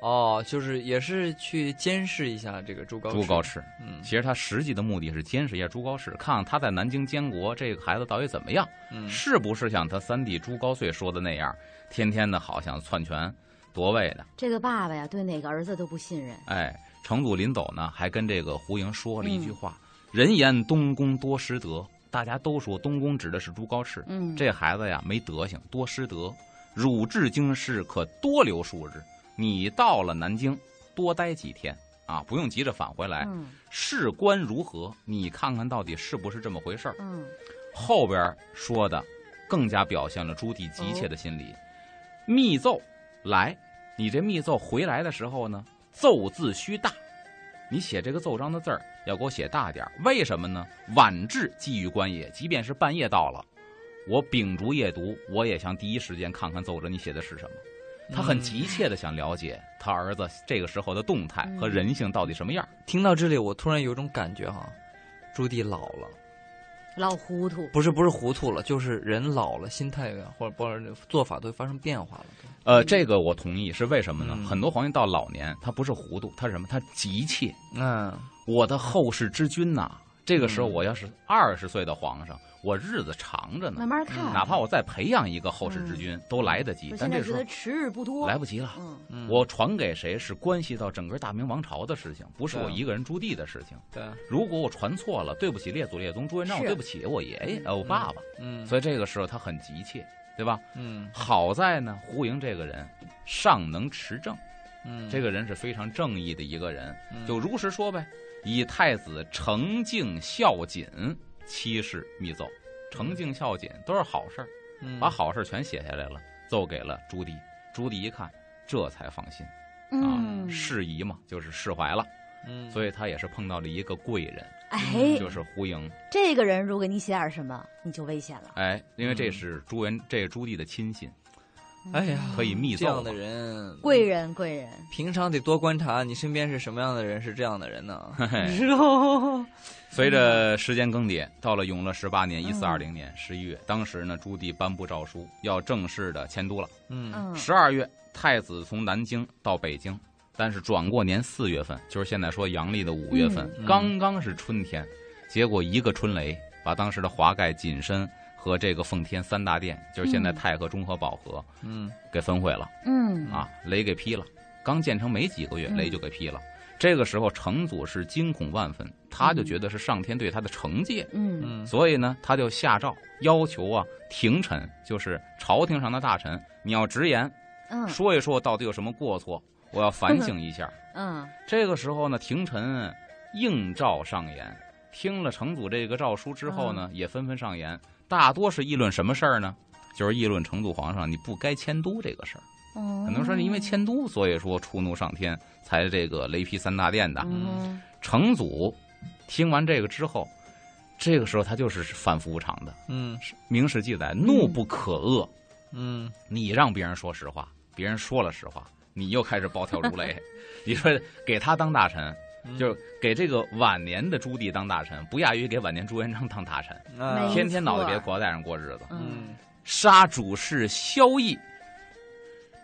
[SPEAKER 2] 哦，就是也是去监视一下这个朱高
[SPEAKER 3] 朱高，炽，
[SPEAKER 2] 嗯
[SPEAKER 3] 其实他实际的目的是监视一下朱高炽，看看他在南京监国这个孩子到底怎么样。
[SPEAKER 2] 嗯
[SPEAKER 3] 是不是像他三弟朱高燧说的那样，天天的好像篡权夺位的。
[SPEAKER 1] 这个爸爸呀，对哪个儿子都不信任。
[SPEAKER 3] 哎，成祖临走呢，还跟这个胡莹说了一
[SPEAKER 2] 嗯
[SPEAKER 3] 句话：“人言东宫多失德。”大家都说东宫指的是朱高炽，
[SPEAKER 1] 嗯，
[SPEAKER 3] 这孩子呀没德行，多失德。汝至京师可多留数日，你到了南京多待几天啊，不用急着返回来。
[SPEAKER 1] 嗯
[SPEAKER 3] 事关如何，你看看到底是不是这么回事儿？
[SPEAKER 1] 嗯
[SPEAKER 3] 后边说的更加表现了朱棣急切的心理。密奏来，你这密奏回来的时候呢，奏字须大，你写这个奏章的字儿要给我写大点儿为什么呢？晚至寄予官也，即便是半夜到了，我秉烛夜读，我也想第一时间看看奏折你写的是什么。他很急切的想了解他儿子这个时候的动态和人性到底什么样儿。
[SPEAKER 2] 听到这里，我突然有种感觉哈，朱棣老了，
[SPEAKER 1] 老糊涂。
[SPEAKER 2] 不是不是糊涂了，就是人老了，心态啊或者或者做法都会发生变化了。
[SPEAKER 3] 呃，这个我同意，是为什么呢？
[SPEAKER 2] 嗯
[SPEAKER 3] 很多皇帝到老年，他不是糊涂，他是什么？他急切。
[SPEAKER 2] 嗯，
[SPEAKER 3] 我的后世之君呐、这个时候
[SPEAKER 2] 嗯
[SPEAKER 3] 我要是二十岁的皇上，我日子长着呢
[SPEAKER 1] 慢，慢看，
[SPEAKER 3] 哪怕我再培养一个后世之君，都来得及
[SPEAKER 1] 就。
[SPEAKER 3] 但
[SPEAKER 1] 现在觉
[SPEAKER 3] 这时
[SPEAKER 1] 得
[SPEAKER 3] 候
[SPEAKER 1] 时日不多。
[SPEAKER 3] 来不及了。啊
[SPEAKER 1] 嗯
[SPEAKER 2] 嗯
[SPEAKER 3] 我传给谁是关系到整个大明王朝的事情，不是
[SPEAKER 2] 对啊
[SPEAKER 3] 我一个人朱棣的事情。
[SPEAKER 2] 对，
[SPEAKER 3] 如果我传错了，对不起列祖列宗朱元璋，
[SPEAKER 1] 是
[SPEAKER 3] 我对不起我爷爷呃我爸爸。
[SPEAKER 2] 嗯，
[SPEAKER 3] 所以这个时候他很急切，对吧？
[SPEAKER 2] 嗯
[SPEAKER 3] 好在呢，胡莹这个人尚能持政，
[SPEAKER 2] 嗯，
[SPEAKER 3] 这
[SPEAKER 2] 个
[SPEAKER 3] 个人是非常正义的一个人，就如实说呗。以太子诚敬孝谨七世密奏，诚敬孝谨都是好事儿，
[SPEAKER 2] 嗯
[SPEAKER 3] 把好事儿全写下来了，奏给了朱棣。朱棣一看，这才放心啊，
[SPEAKER 1] 嗯，
[SPEAKER 3] 释疑嘛，就是释怀了。
[SPEAKER 2] 嗯，
[SPEAKER 3] 所以他也是碰到了一个贵人，
[SPEAKER 1] 哎，
[SPEAKER 3] 嗯就是胡莹。
[SPEAKER 1] 这个人如果你写点什么，你就危险了。
[SPEAKER 3] 哎，因为
[SPEAKER 1] 嗯
[SPEAKER 3] 这是朱元，这是朱棣的亲信，
[SPEAKER 2] 哎呀，
[SPEAKER 3] 可以密
[SPEAKER 2] 这
[SPEAKER 3] 奏
[SPEAKER 2] 样
[SPEAKER 3] 嘛
[SPEAKER 2] 的。人
[SPEAKER 1] 贵人，贵人，
[SPEAKER 2] 平常得多观察你身边是什么样的人是这样的人呢？
[SPEAKER 1] 是哦，
[SPEAKER 3] 随着时间更迭，到了永乐十八年（一四二
[SPEAKER 1] 嗯
[SPEAKER 3] 零年）十一月，当时呢，朱棣颁布诏书，要正式的迁都了。
[SPEAKER 2] 嗯
[SPEAKER 1] 嗯，
[SPEAKER 3] 十二月，太子从南京到北京，但是转过年四月份，就是现在说阳历的五月份，
[SPEAKER 2] 嗯
[SPEAKER 3] 刚刚是春天，结果一个春雷把当时的华盖、景深和这个奉天三大殿，就是现在
[SPEAKER 1] 嗯
[SPEAKER 3] 太和、中和、保和，
[SPEAKER 2] 嗯
[SPEAKER 3] 给焚毁了
[SPEAKER 1] 嗯，
[SPEAKER 3] 啊！雷给劈了，刚建成没几个月，
[SPEAKER 1] 嗯
[SPEAKER 3] 雷就给劈了。这个时候，成祖是惊恐万分，他就觉得是上天对他的惩戒，
[SPEAKER 1] 嗯，
[SPEAKER 2] 嗯
[SPEAKER 3] 所以呢，他就下诏要求啊，廷臣就是朝廷上的大臣，你要直言，
[SPEAKER 1] 嗯，
[SPEAKER 3] 说一说到底有什么过错，我要反省一 下。
[SPEAKER 1] 嗯，
[SPEAKER 3] 这个时候呢，廷臣应召上言，听了成祖这个诏书之后呢，
[SPEAKER 1] 嗯
[SPEAKER 3] 也纷纷上言，大多是议论什么事儿呢？就是议论成祖皇上你不该迁都这个事儿。
[SPEAKER 1] 嗯，
[SPEAKER 3] 很多人说是因为迁都，所以说触怒上天，才这个雷劈三大殿的。
[SPEAKER 1] 嗯，
[SPEAKER 3] 成祖听完这个之后，这个时候他就是反复无常的。
[SPEAKER 2] 嗯
[SPEAKER 3] 明史记载，怒不可遏，
[SPEAKER 2] 嗯
[SPEAKER 3] 你让别人说实话，别人说了实话，你又开始暴跳如 雷。你说给他当大臣，
[SPEAKER 1] 嗯
[SPEAKER 3] 就是给这个晚年的朱棣当大臣，不亚于给晚年朱元璋当大臣，
[SPEAKER 2] 啊
[SPEAKER 1] 嗯没
[SPEAKER 3] 天天脑袋
[SPEAKER 1] 错
[SPEAKER 3] 别瓜带上过日子。
[SPEAKER 1] 嗯，
[SPEAKER 2] 嗯
[SPEAKER 3] 杀主事萧绎，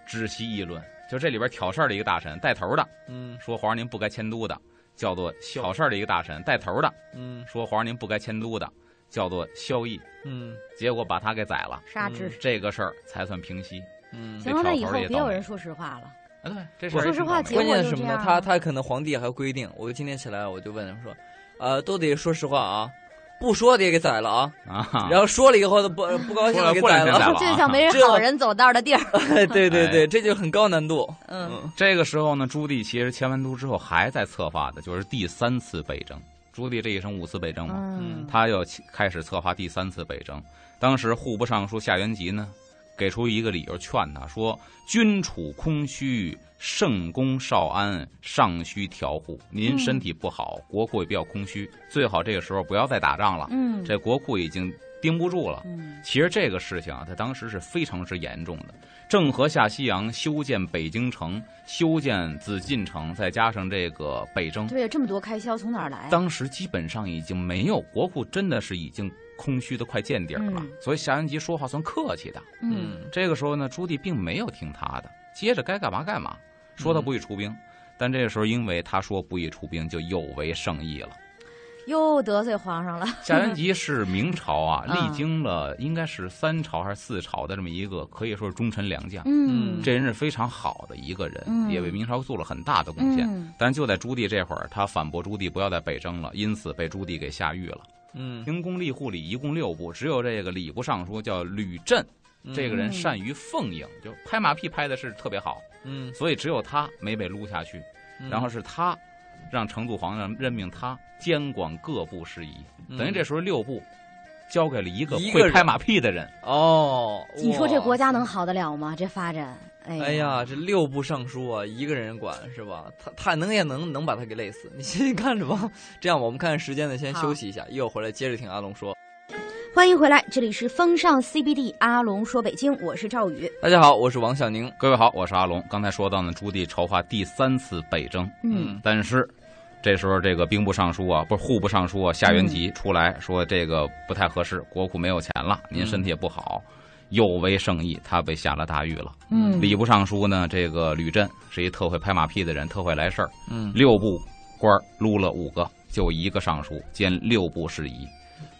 [SPEAKER 3] 止息议论。就这里边挑事儿的一个大臣带头的
[SPEAKER 2] 嗯
[SPEAKER 3] 说皇上您不该迁都的，叫做挑事儿的一个大臣带头的
[SPEAKER 2] 嗯
[SPEAKER 3] 说皇上您不该迁都的，叫做萧绎。
[SPEAKER 2] 嗯
[SPEAKER 3] 结果把他给宰了，
[SPEAKER 1] 杀之。
[SPEAKER 3] 这个事儿才算平息。
[SPEAKER 2] 嗯，
[SPEAKER 1] 行了，那以后
[SPEAKER 3] 这条头儿也
[SPEAKER 1] 别有
[SPEAKER 3] 倒霉
[SPEAKER 1] 人说实话了。
[SPEAKER 3] 啊，对，这
[SPEAKER 1] 说实话
[SPEAKER 3] 挺倒霉
[SPEAKER 1] 结果就
[SPEAKER 2] 关键
[SPEAKER 3] 的
[SPEAKER 1] 是
[SPEAKER 2] 什
[SPEAKER 1] 这
[SPEAKER 2] 么呢
[SPEAKER 1] 样？
[SPEAKER 2] 他
[SPEAKER 1] 了
[SPEAKER 2] 他可能皇帝还规定，我今天起来我就问他说，呃，都得说实话啊，不说的也给宰了啊，
[SPEAKER 3] 啊，
[SPEAKER 2] 然后说了以后他不不高兴
[SPEAKER 3] 过了
[SPEAKER 2] 了给
[SPEAKER 3] 过
[SPEAKER 2] 宰
[SPEAKER 3] 两天
[SPEAKER 2] 了
[SPEAKER 3] 宰，
[SPEAKER 1] 说
[SPEAKER 3] 了
[SPEAKER 1] 这叫没人
[SPEAKER 2] 这
[SPEAKER 1] 好人走道的地儿。
[SPEAKER 2] 对对
[SPEAKER 3] 哎
[SPEAKER 2] 对，这就是很高难度，
[SPEAKER 1] 嗯
[SPEAKER 3] 这个时候呢，朱棣其实迁完都之后还在策划的就是第三次北征。朱棣这一生五次北征嘛，
[SPEAKER 1] 嗯，
[SPEAKER 3] 他又起开始策划第三次北征。当时户部尚书夏元吉呢，给出一个理由劝他说：“君处空虚，圣公少安，尚需调护。您身体不好，国库也比较空虚，最好这个时候不要再打仗了。
[SPEAKER 1] 嗯
[SPEAKER 3] 这国库已经盯不住了。
[SPEAKER 1] 嗯
[SPEAKER 3] 其实这个事情啊，它当时是非常之严重的。郑和下西洋，修建北京城，修建紫禁城，再加上这个北征，
[SPEAKER 1] 对，这么多开销从哪儿来？啊嗯
[SPEAKER 3] 当时基本上已经没有国库，真的是已经空虚的快见底儿了。
[SPEAKER 1] 嗯
[SPEAKER 3] 所以夏元吉说话算客气的。
[SPEAKER 1] 嗯
[SPEAKER 3] 这个时候呢，朱棣并没有听他的，接着该干嘛干嘛，
[SPEAKER 1] 嗯
[SPEAKER 3] 说他不予出兵。但这个时候，因为他说不予出兵，就有违圣意了。
[SPEAKER 1] 又得罪皇上了。
[SPEAKER 3] 夏元吉是明朝啊，
[SPEAKER 1] 嗯
[SPEAKER 3] 历经了应该是三朝还是四朝的这么一个，可以说是忠臣良将。
[SPEAKER 1] 嗯，
[SPEAKER 3] 这人是非常好的一个人，
[SPEAKER 1] 嗯
[SPEAKER 3] 也为明朝做了很大的贡献。
[SPEAKER 1] 嗯
[SPEAKER 3] 但就在朱棣这会儿，他反驳朱棣不要再北征了，因此被朱棣给下狱了。
[SPEAKER 2] 嗯，
[SPEAKER 3] 明公吏护理一共六部，只有这个礼部尚书叫吕震，
[SPEAKER 2] 嗯
[SPEAKER 3] 这个人善于奉迎，就拍马屁拍的是特别好，
[SPEAKER 2] 嗯，
[SPEAKER 3] 所以只有他没被撸下去。
[SPEAKER 2] 嗯，
[SPEAKER 3] 然后是他让成祖皇上任命他监管各部事宜，
[SPEAKER 2] 嗯
[SPEAKER 3] 等于这时候六部交给了一个
[SPEAKER 2] 一个
[SPEAKER 3] 会
[SPEAKER 2] 人
[SPEAKER 3] 拍马屁的人。
[SPEAKER 2] 哦，
[SPEAKER 1] 你说这国
[SPEAKER 2] 家，
[SPEAKER 1] 家能好得了吗？这发展，哎
[SPEAKER 2] 哎呀，这六部尚书啊，一个人管是吧？他他能也能能把他给累死， 你先看着吧。这样吧我们看看时间呢，先
[SPEAKER 1] 好
[SPEAKER 2] 休息一下，一会儿回来接着听阿龙说。
[SPEAKER 1] 欢迎回来，这里是风尚 CBD，阿龙说北京，我是赵宇。
[SPEAKER 2] 大家好，我是王小宁。
[SPEAKER 3] 各位好，我是阿龙。刚才说到呢，朱棣筹划第三次北征，
[SPEAKER 1] 嗯，
[SPEAKER 3] 但是这时候这个兵部尚书啊，不是户部尚书啊，夏元吉出来说这个不太合适，国库没有钱了，您身体也不好，有违圣意，他被下了大狱了。
[SPEAKER 1] 嗯
[SPEAKER 3] 礼部尚书呢，这个吕震是一特会拍马屁的人，特会来事儿。
[SPEAKER 2] 嗯
[SPEAKER 3] 六部官儿撸了五个，就一个尚书兼六部事宜，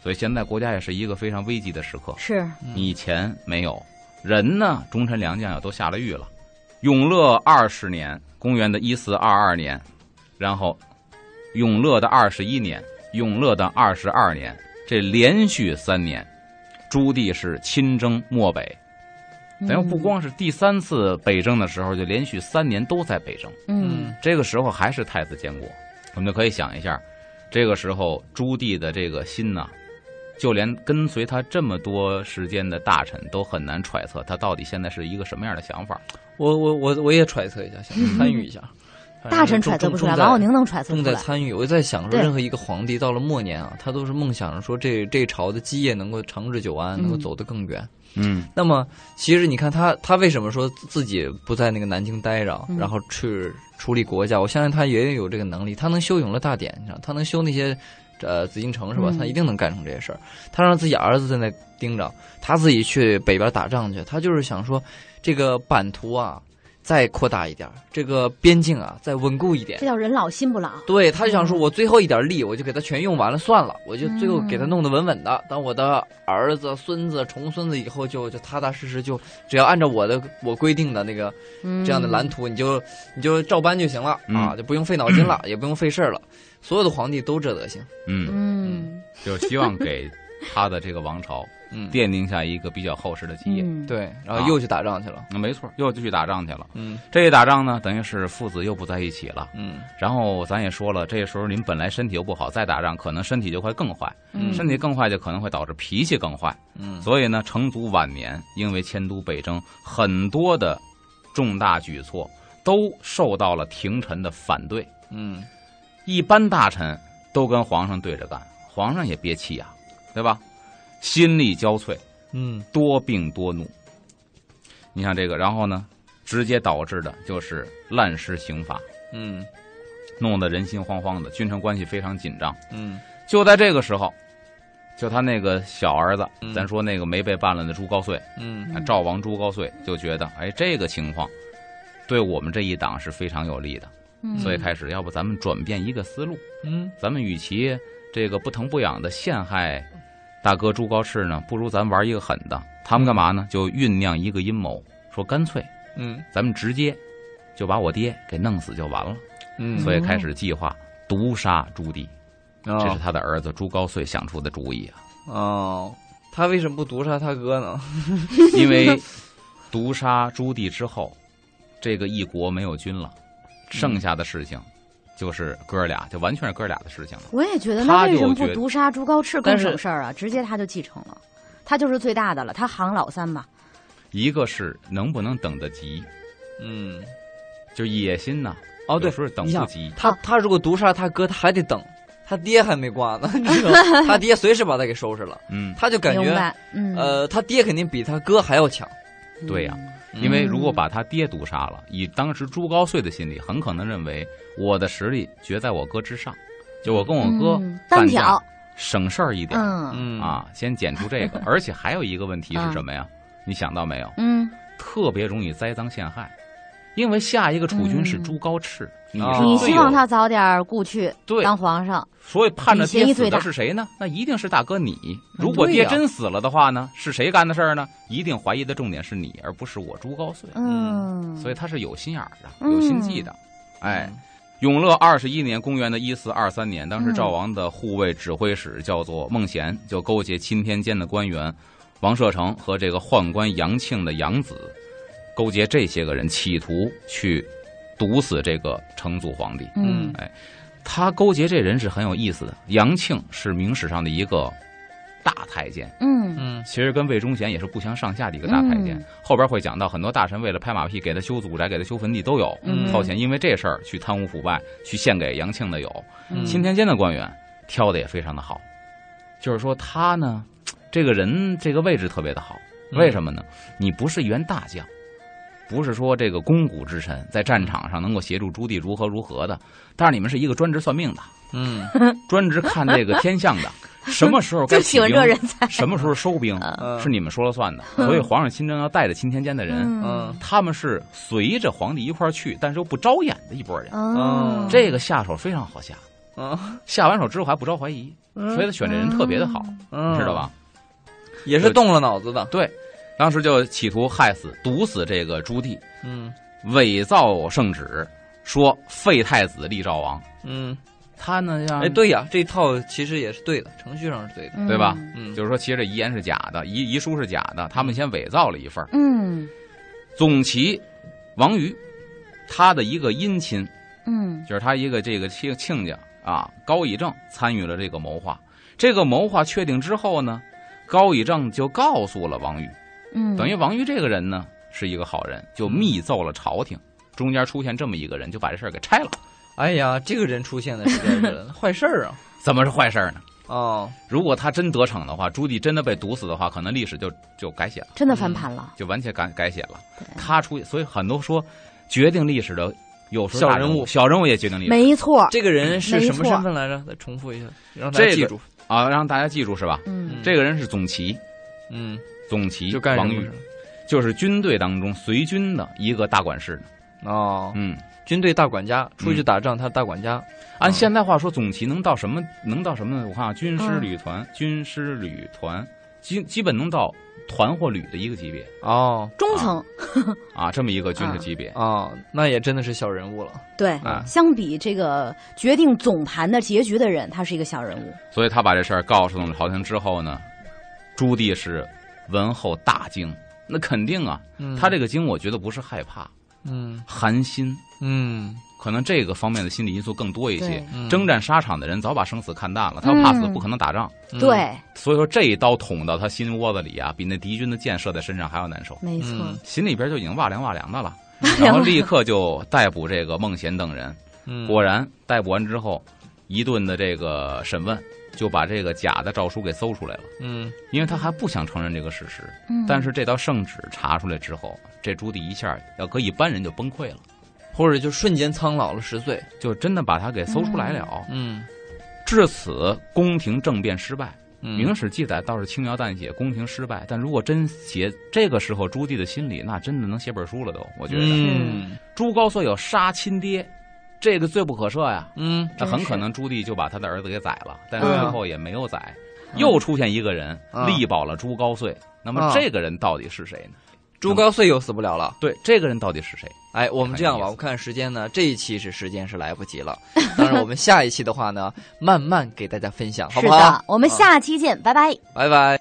[SPEAKER 3] 所以现在国家也是一个非常危急的时刻。
[SPEAKER 1] 是，
[SPEAKER 3] 你钱没有，人呢，忠臣良将也都下了狱了。永乐二十年，公元的一四二二年，然后永乐的二十一年，永乐的二十二年，这连续三年，朱棣是亲征漠北。咱又
[SPEAKER 1] 嗯
[SPEAKER 3] 不光是第三次北征的时候，就连续三年都在北征。
[SPEAKER 1] 嗯，
[SPEAKER 3] 这个时候还是太子建国，我们就可以想一下，这个时候朱棣的这个心呐，就连跟随他这么多时间的大臣都很难揣测他到底现在是一个什么样的想法。
[SPEAKER 2] 我我我我也揣测一下，想参与一下。反正
[SPEAKER 1] 嗯大臣
[SPEAKER 2] 重
[SPEAKER 1] 揣测不出来，
[SPEAKER 2] 重在
[SPEAKER 1] 王小宁能揣测
[SPEAKER 2] 重
[SPEAKER 1] 出
[SPEAKER 2] 在
[SPEAKER 1] 来。
[SPEAKER 2] 参与。我在想说，
[SPEAKER 1] 对
[SPEAKER 2] 任何一个皇帝到了末年啊，他都是梦想着说这这朝的基业能够长治久安，能够
[SPEAKER 1] 嗯
[SPEAKER 2] 走得更远。
[SPEAKER 3] 嗯，
[SPEAKER 2] 那么，其实你看他，他为什么说自己不在那个南京待着，
[SPEAKER 1] 嗯
[SPEAKER 2] 然后去处理国家？我相信他也有这个能力，他能修永乐大典，你知道，他能修那些，呃，紫禁城是吧？
[SPEAKER 1] 嗯
[SPEAKER 2] 他一定能干成这些事儿。他让自己儿子在那盯着，他自己去北边打仗去，他就是想说，这个版图啊，再扩大一点儿，这个边境啊，再稳固一点
[SPEAKER 1] 这。叫人老心不老。
[SPEAKER 2] 对，他就想说，我最后一点力，我就给他全用完了，算了，我就最后给他弄得稳稳的。当我的儿子、孙子、重孙子以后就，就踏踏实实就，只要按照我的我规定的那个
[SPEAKER 1] 嗯，
[SPEAKER 2] 这样的蓝图，你就你就照搬就行了、啊，
[SPEAKER 3] 嗯
[SPEAKER 2] 就不用费脑筋了，也不用费事儿了。所有的皇帝都这德行，
[SPEAKER 3] 嗯，
[SPEAKER 1] 嗯，
[SPEAKER 3] 就希望给他的这个王朝
[SPEAKER 2] 嗯，
[SPEAKER 3] 奠定下一个比较厚实的基业。
[SPEAKER 1] 嗯，
[SPEAKER 2] 对，然后又去打仗去了，
[SPEAKER 3] 那没错，又继续打仗去了。
[SPEAKER 2] 啊嗯
[SPEAKER 3] 这一打仗呢，等于是父子又不在一起了。
[SPEAKER 2] 嗯
[SPEAKER 3] 然后咱也说了，这时候您本来身体又不好，再打仗可能身体就会更坏，
[SPEAKER 1] 嗯
[SPEAKER 3] 身体更坏就可能会导致脾气更坏。
[SPEAKER 2] 嗯，
[SPEAKER 3] 所以呢，成祖晚年因为迁都北征，很多的重大举措都受到了廷臣的反对。
[SPEAKER 2] 嗯
[SPEAKER 3] 一般大臣都跟皇上对着干，皇上也憋气呀、对吧？心力交瘁，
[SPEAKER 2] 嗯
[SPEAKER 3] 多病多怒。你像这个，然后呢，直接导致的就是滥施刑罚，
[SPEAKER 2] 嗯
[SPEAKER 3] 弄得人心惶惶的，君臣关系非常紧张。
[SPEAKER 2] 嗯
[SPEAKER 3] 就在这个时候，就他那个小儿子，
[SPEAKER 2] 嗯
[SPEAKER 3] 咱说那个没被办了的朱高燧，
[SPEAKER 2] 嗯
[SPEAKER 3] 啊
[SPEAKER 1] 嗯
[SPEAKER 3] 赵王朱高燧就觉得，哎，这个情况对我们这一党是非常有利的，
[SPEAKER 1] 嗯
[SPEAKER 3] 所以开始，要不咱们转变一个思路，
[SPEAKER 2] 嗯
[SPEAKER 3] 咱们与其这个不疼不痒的陷害大哥朱高炽呢，不如咱玩一个狠的。他们干嘛呢？就酝酿一个阴谋，说干脆
[SPEAKER 2] 嗯
[SPEAKER 3] 咱们直接就把我爹给弄死就完了。
[SPEAKER 2] 嗯，
[SPEAKER 3] 所以开始计划毒杀朱棣，这是
[SPEAKER 2] 哦
[SPEAKER 3] 他的儿子朱高燧想出的主意啊，
[SPEAKER 2] 哦，他为什么不毒杀他哥呢？
[SPEAKER 3] 因 为毒杀朱棣之后，这个一国没有君了，剩下的事情就是哥俩，就完全是哥俩的事情了。
[SPEAKER 1] 我也觉得，那
[SPEAKER 3] 他就
[SPEAKER 1] 为什么不
[SPEAKER 3] 觉得
[SPEAKER 1] 毒杀朱高炽更
[SPEAKER 2] 但是
[SPEAKER 1] 省事儿啊？直接他就继承了，他就是最大的了，他行老三吧。
[SPEAKER 3] 一个是能不能等得及，
[SPEAKER 2] 嗯，
[SPEAKER 3] 就野心呐、
[SPEAKER 2] 哦对
[SPEAKER 3] 有时候等
[SPEAKER 2] 你
[SPEAKER 3] 不
[SPEAKER 2] 想
[SPEAKER 3] 及。
[SPEAKER 1] 哦
[SPEAKER 2] 他他如果毒杀他哥，他还得等，他爹还没挂 呢，你知道吗？他爹随时把他给收拾了，
[SPEAKER 3] 嗯，
[SPEAKER 2] 他就感
[SPEAKER 1] 明
[SPEAKER 2] 觉，
[SPEAKER 1] 白，嗯，
[SPEAKER 2] 呃，他爹肯定比他哥还要强，
[SPEAKER 3] 对呀
[SPEAKER 2] 嗯
[SPEAKER 3] 因为如果把他爹毒杀了，以当时朱高燧的心理，很可能认为我的实力绝在我哥之上，就我跟我哥
[SPEAKER 1] 嗯单
[SPEAKER 3] 干架
[SPEAKER 1] 挑，
[SPEAKER 3] 省事儿一点。
[SPEAKER 1] 嗯
[SPEAKER 2] 嗯，
[SPEAKER 3] 啊，先剪除这 个。而且还有一个问
[SPEAKER 2] 啊
[SPEAKER 3] 题是什么呀？你想到没有？
[SPEAKER 1] 嗯
[SPEAKER 3] 特别容易栽赃陷害，因为下一个储君是
[SPEAKER 1] 嗯
[SPEAKER 3] 朱高炽，你
[SPEAKER 2] 哦
[SPEAKER 3] 是
[SPEAKER 1] 你
[SPEAKER 3] 最
[SPEAKER 1] 希
[SPEAKER 3] 有
[SPEAKER 1] 望他早点故去
[SPEAKER 3] 对
[SPEAKER 1] 当皇上，
[SPEAKER 3] 所以盼着
[SPEAKER 1] 你嫌疑
[SPEAKER 3] 爹死
[SPEAKER 1] 最大
[SPEAKER 3] 的是谁呢？那一定是大哥你。
[SPEAKER 2] 嗯
[SPEAKER 3] 如果
[SPEAKER 2] 对
[SPEAKER 3] 爹
[SPEAKER 2] 呀
[SPEAKER 3] 真死了的话呢，是谁干的事儿呢？一定怀疑的重点是你，而不是我朱高燧。
[SPEAKER 1] 嗯，
[SPEAKER 3] 所以他是有心眼儿的，
[SPEAKER 1] 嗯
[SPEAKER 3] 有心计的。哎，永乐二十一年，公元的一四二三年，当时
[SPEAKER 1] 嗯
[SPEAKER 3] 赵王的护卫指挥使叫做孟贤，就勾结钦天监的官员王舍成和这个宦官杨庆的养子，勾结这些个人，企图去毒死这个成祖皇帝。
[SPEAKER 1] 嗯
[SPEAKER 3] 他勾结这人是很有意思的。杨庆是明史上的一个大太监，
[SPEAKER 1] 嗯
[SPEAKER 2] 嗯
[SPEAKER 3] 其实跟魏忠贤也是不相上下的一个大太监。
[SPEAKER 1] 嗯
[SPEAKER 3] 后边会讲到很多大臣为了拍马屁，给他修祖宅，给他修坟地都有。
[SPEAKER 1] 嗯，
[SPEAKER 3] 掏钱因为这事儿去贪污腐败，去献给杨庆的有。
[SPEAKER 1] 嗯
[SPEAKER 3] 钦天监的官员挑的也非常的好，就是说他呢，这个人这个位置特别的好。
[SPEAKER 2] 嗯
[SPEAKER 3] 为什么呢？你不是一员大将，不是说这个肱骨之臣，在战场上能够协助朱棣如何如何的，但是你们是一个专职算命的，
[SPEAKER 2] 嗯
[SPEAKER 3] 专职看这个天象的，什么时候该
[SPEAKER 1] 就
[SPEAKER 3] 起
[SPEAKER 1] 喜
[SPEAKER 3] 兵
[SPEAKER 1] 欢，这人才，
[SPEAKER 3] 什么时候收兵，
[SPEAKER 2] 嗯
[SPEAKER 3] 是你们说了算的。所以皇上亲征要带着钦天监的人，
[SPEAKER 1] 嗯
[SPEAKER 3] 他们是随着皇帝一块儿去，但是又不招眼的一拨人。
[SPEAKER 1] 哦，
[SPEAKER 3] 这个下手非常好下，
[SPEAKER 2] 嗯
[SPEAKER 3] 下完手之后还不招怀疑，所以他选这人特别的好，
[SPEAKER 2] 嗯，
[SPEAKER 3] 知道？吧？
[SPEAKER 2] 也是动了脑子的。
[SPEAKER 3] 对，当时就企图害死、毒死这个朱棣，
[SPEAKER 2] 嗯
[SPEAKER 3] 伪造圣旨，说废太子立赵王。
[SPEAKER 2] 嗯，
[SPEAKER 3] 他呢，让
[SPEAKER 2] 哎，，对呀，这套其实也是对的，程序上是对的。
[SPEAKER 1] 嗯
[SPEAKER 3] 对吧？
[SPEAKER 2] 嗯，
[SPEAKER 3] 就是说，其实这遗言是假的，遗遗书是假的，他们先伪造了一份儿。
[SPEAKER 1] 嗯
[SPEAKER 3] 总旗王瑜，他的一个姻亲，
[SPEAKER 1] 嗯
[SPEAKER 3] 就是他一个这个亲亲家啊，高以正参与了这个谋划。这个谋划确定之后呢，高以正就告诉了王瑜，
[SPEAKER 1] 嗯，
[SPEAKER 3] 等于王瑜这个人呢是一个好人，就密奏了朝廷。中间出现这么一个人，就把这事儿给拆了。
[SPEAKER 2] 哎呀，这个人出现的实 在是坏事儿啊！
[SPEAKER 3] 怎么是坏事儿呢？
[SPEAKER 2] 哦，
[SPEAKER 3] 如果他真得逞的话，朱棣真的被毒死的话，可能历史就就改写了，
[SPEAKER 1] 真的翻盘了，
[SPEAKER 3] 就完全改改写了
[SPEAKER 1] 对。
[SPEAKER 3] 他出，所以很多说决定历史的有时候
[SPEAKER 2] 小
[SPEAKER 3] 大
[SPEAKER 2] 人
[SPEAKER 3] 人
[SPEAKER 2] 物
[SPEAKER 3] 小人物嗯也决定历史
[SPEAKER 1] 没错，
[SPEAKER 2] 这个人是什么
[SPEAKER 1] 没错
[SPEAKER 2] 身份来着？再重复一下，让大家
[SPEAKER 3] 这个
[SPEAKER 2] 记住。
[SPEAKER 3] 啊，让大家记住是吧？
[SPEAKER 1] 嗯
[SPEAKER 3] 这个人是总旗，
[SPEAKER 2] 嗯，
[SPEAKER 3] 总旗
[SPEAKER 2] 就干什
[SPEAKER 3] 王
[SPEAKER 2] 么
[SPEAKER 3] 瑜
[SPEAKER 2] 事，儿
[SPEAKER 3] 就是军队当中随军的一个大管事。
[SPEAKER 2] 哦，
[SPEAKER 3] 嗯，
[SPEAKER 2] 军队大管家出去打仗，他是大管家。
[SPEAKER 3] 按
[SPEAKER 2] 嗯
[SPEAKER 3] 现代话说，总旗能到什么？能到什么呢？我看啊，军师旅团、军师旅团，基基本能到团或旅的一个级别
[SPEAKER 2] 哦
[SPEAKER 1] 中层
[SPEAKER 3] 啊，这么一个军事级别。
[SPEAKER 2] 哦，那也真的是小人物了。
[SPEAKER 1] 对
[SPEAKER 3] 啊，
[SPEAKER 1] 相比这个决定总盘的结局的人，他是一个小人物，
[SPEAKER 3] 所以他把这事儿告诉了朝廷之后呢，朱棣是闻后大惊，那肯定啊，
[SPEAKER 2] 嗯
[SPEAKER 3] 他这个惊，我觉得不是害怕，
[SPEAKER 2] 嗯
[SPEAKER 3] 寒心，
[SPEAKER 2] 嗯
[SPEAKER 3] 可能这个方面的心理因素更多一些
[SPEAKER 1] 对。
[SPEAKER 2] 嗯
[SPEAKER 3] 征战沙场的人早把生死看淡了，他怕死
[SPEAKER 1] 嗯
[SPEAKER 3] 不可能打仗。
[SPEAKER 2] 嗯
[SPEAKER 1] 对，
[SPEAKER 3] 所以说这一刀捅到他心窝子里啊，比那敌军的箭射在身上还要难受，
[SPEAKER 1] 没错，
[SPEAKER 2] 嗯
[SPEAKER 3] 心里边就已经哇凉哇凉的了。然后立刻就逮捕这个孟贤等人，
[SPEAKER 2] 嗯
[SPEAKER 3] 果然逮捕完之后，一顿的这个审问，就把这个假的诏书给搜出来了。
[SPEAKER 2] 嗯
[SPEAKER 3] 因为他还不想承认这个事实，
[SPEAKER 1] 嗯
[SPEAKER 3] 但是这道圣旨查出来之后，这朱棣一下要搁一般人就崩溃了，
[SPEAKER 2] 或者就瞬间苍老了十岁。
[SPEAKER 3] 就真的把他给搜出来了。
[SPEAKER 2] 嗯
[SPEAKER 3] 至此，宫廷政变失败。
[SPEAKER 2] 嗯
[SPEAKER 3] 明史记载倒是轻描淡写，宫廷失败。但如果真写这个时候朱棣的心理，那真的能写本书了都。我觉得、
[SPEAKER 2] 嗯
[SPEAKER 3] 朱高燮有杀亲爹，这个罪不可赦呀。
[SPEAKER 2] 嗯
[SPEAKER 3] 那
[SPEAKER 1] 真
[SPEAKER 3] 很
[SPEAKER 1] 是
[SPEAKER 3] 可能朱棣就把他的儿子给宰了，但是
[SPEAKER 2] 对啊
[SPEAKER 3] 最后也没有宰。又出现一个人
[SPEAKER 2] 啊
[SPEAKER 3] 力保了朱高燮，那么
[SPEAKER 2] 啊
[SPEAKER 3] 这个人到底是谁呢？
[SPEAKER 2] 朱高燮又死不了了。
[SPEAKER 3] 对，这个人到底是谁？
[SPEAKER 2] 哎，我们这样吧，我看时间呢，这一期是时间是来不及了。当然，我们下一期的话呢，慢慢给大家分享，好
[SPEAKER 1] 是
[SPEAKER 2] 不好
[SPEAKER 1] 的？，我们下期见，拜拜。
[SPEAKER 2] 拜拜。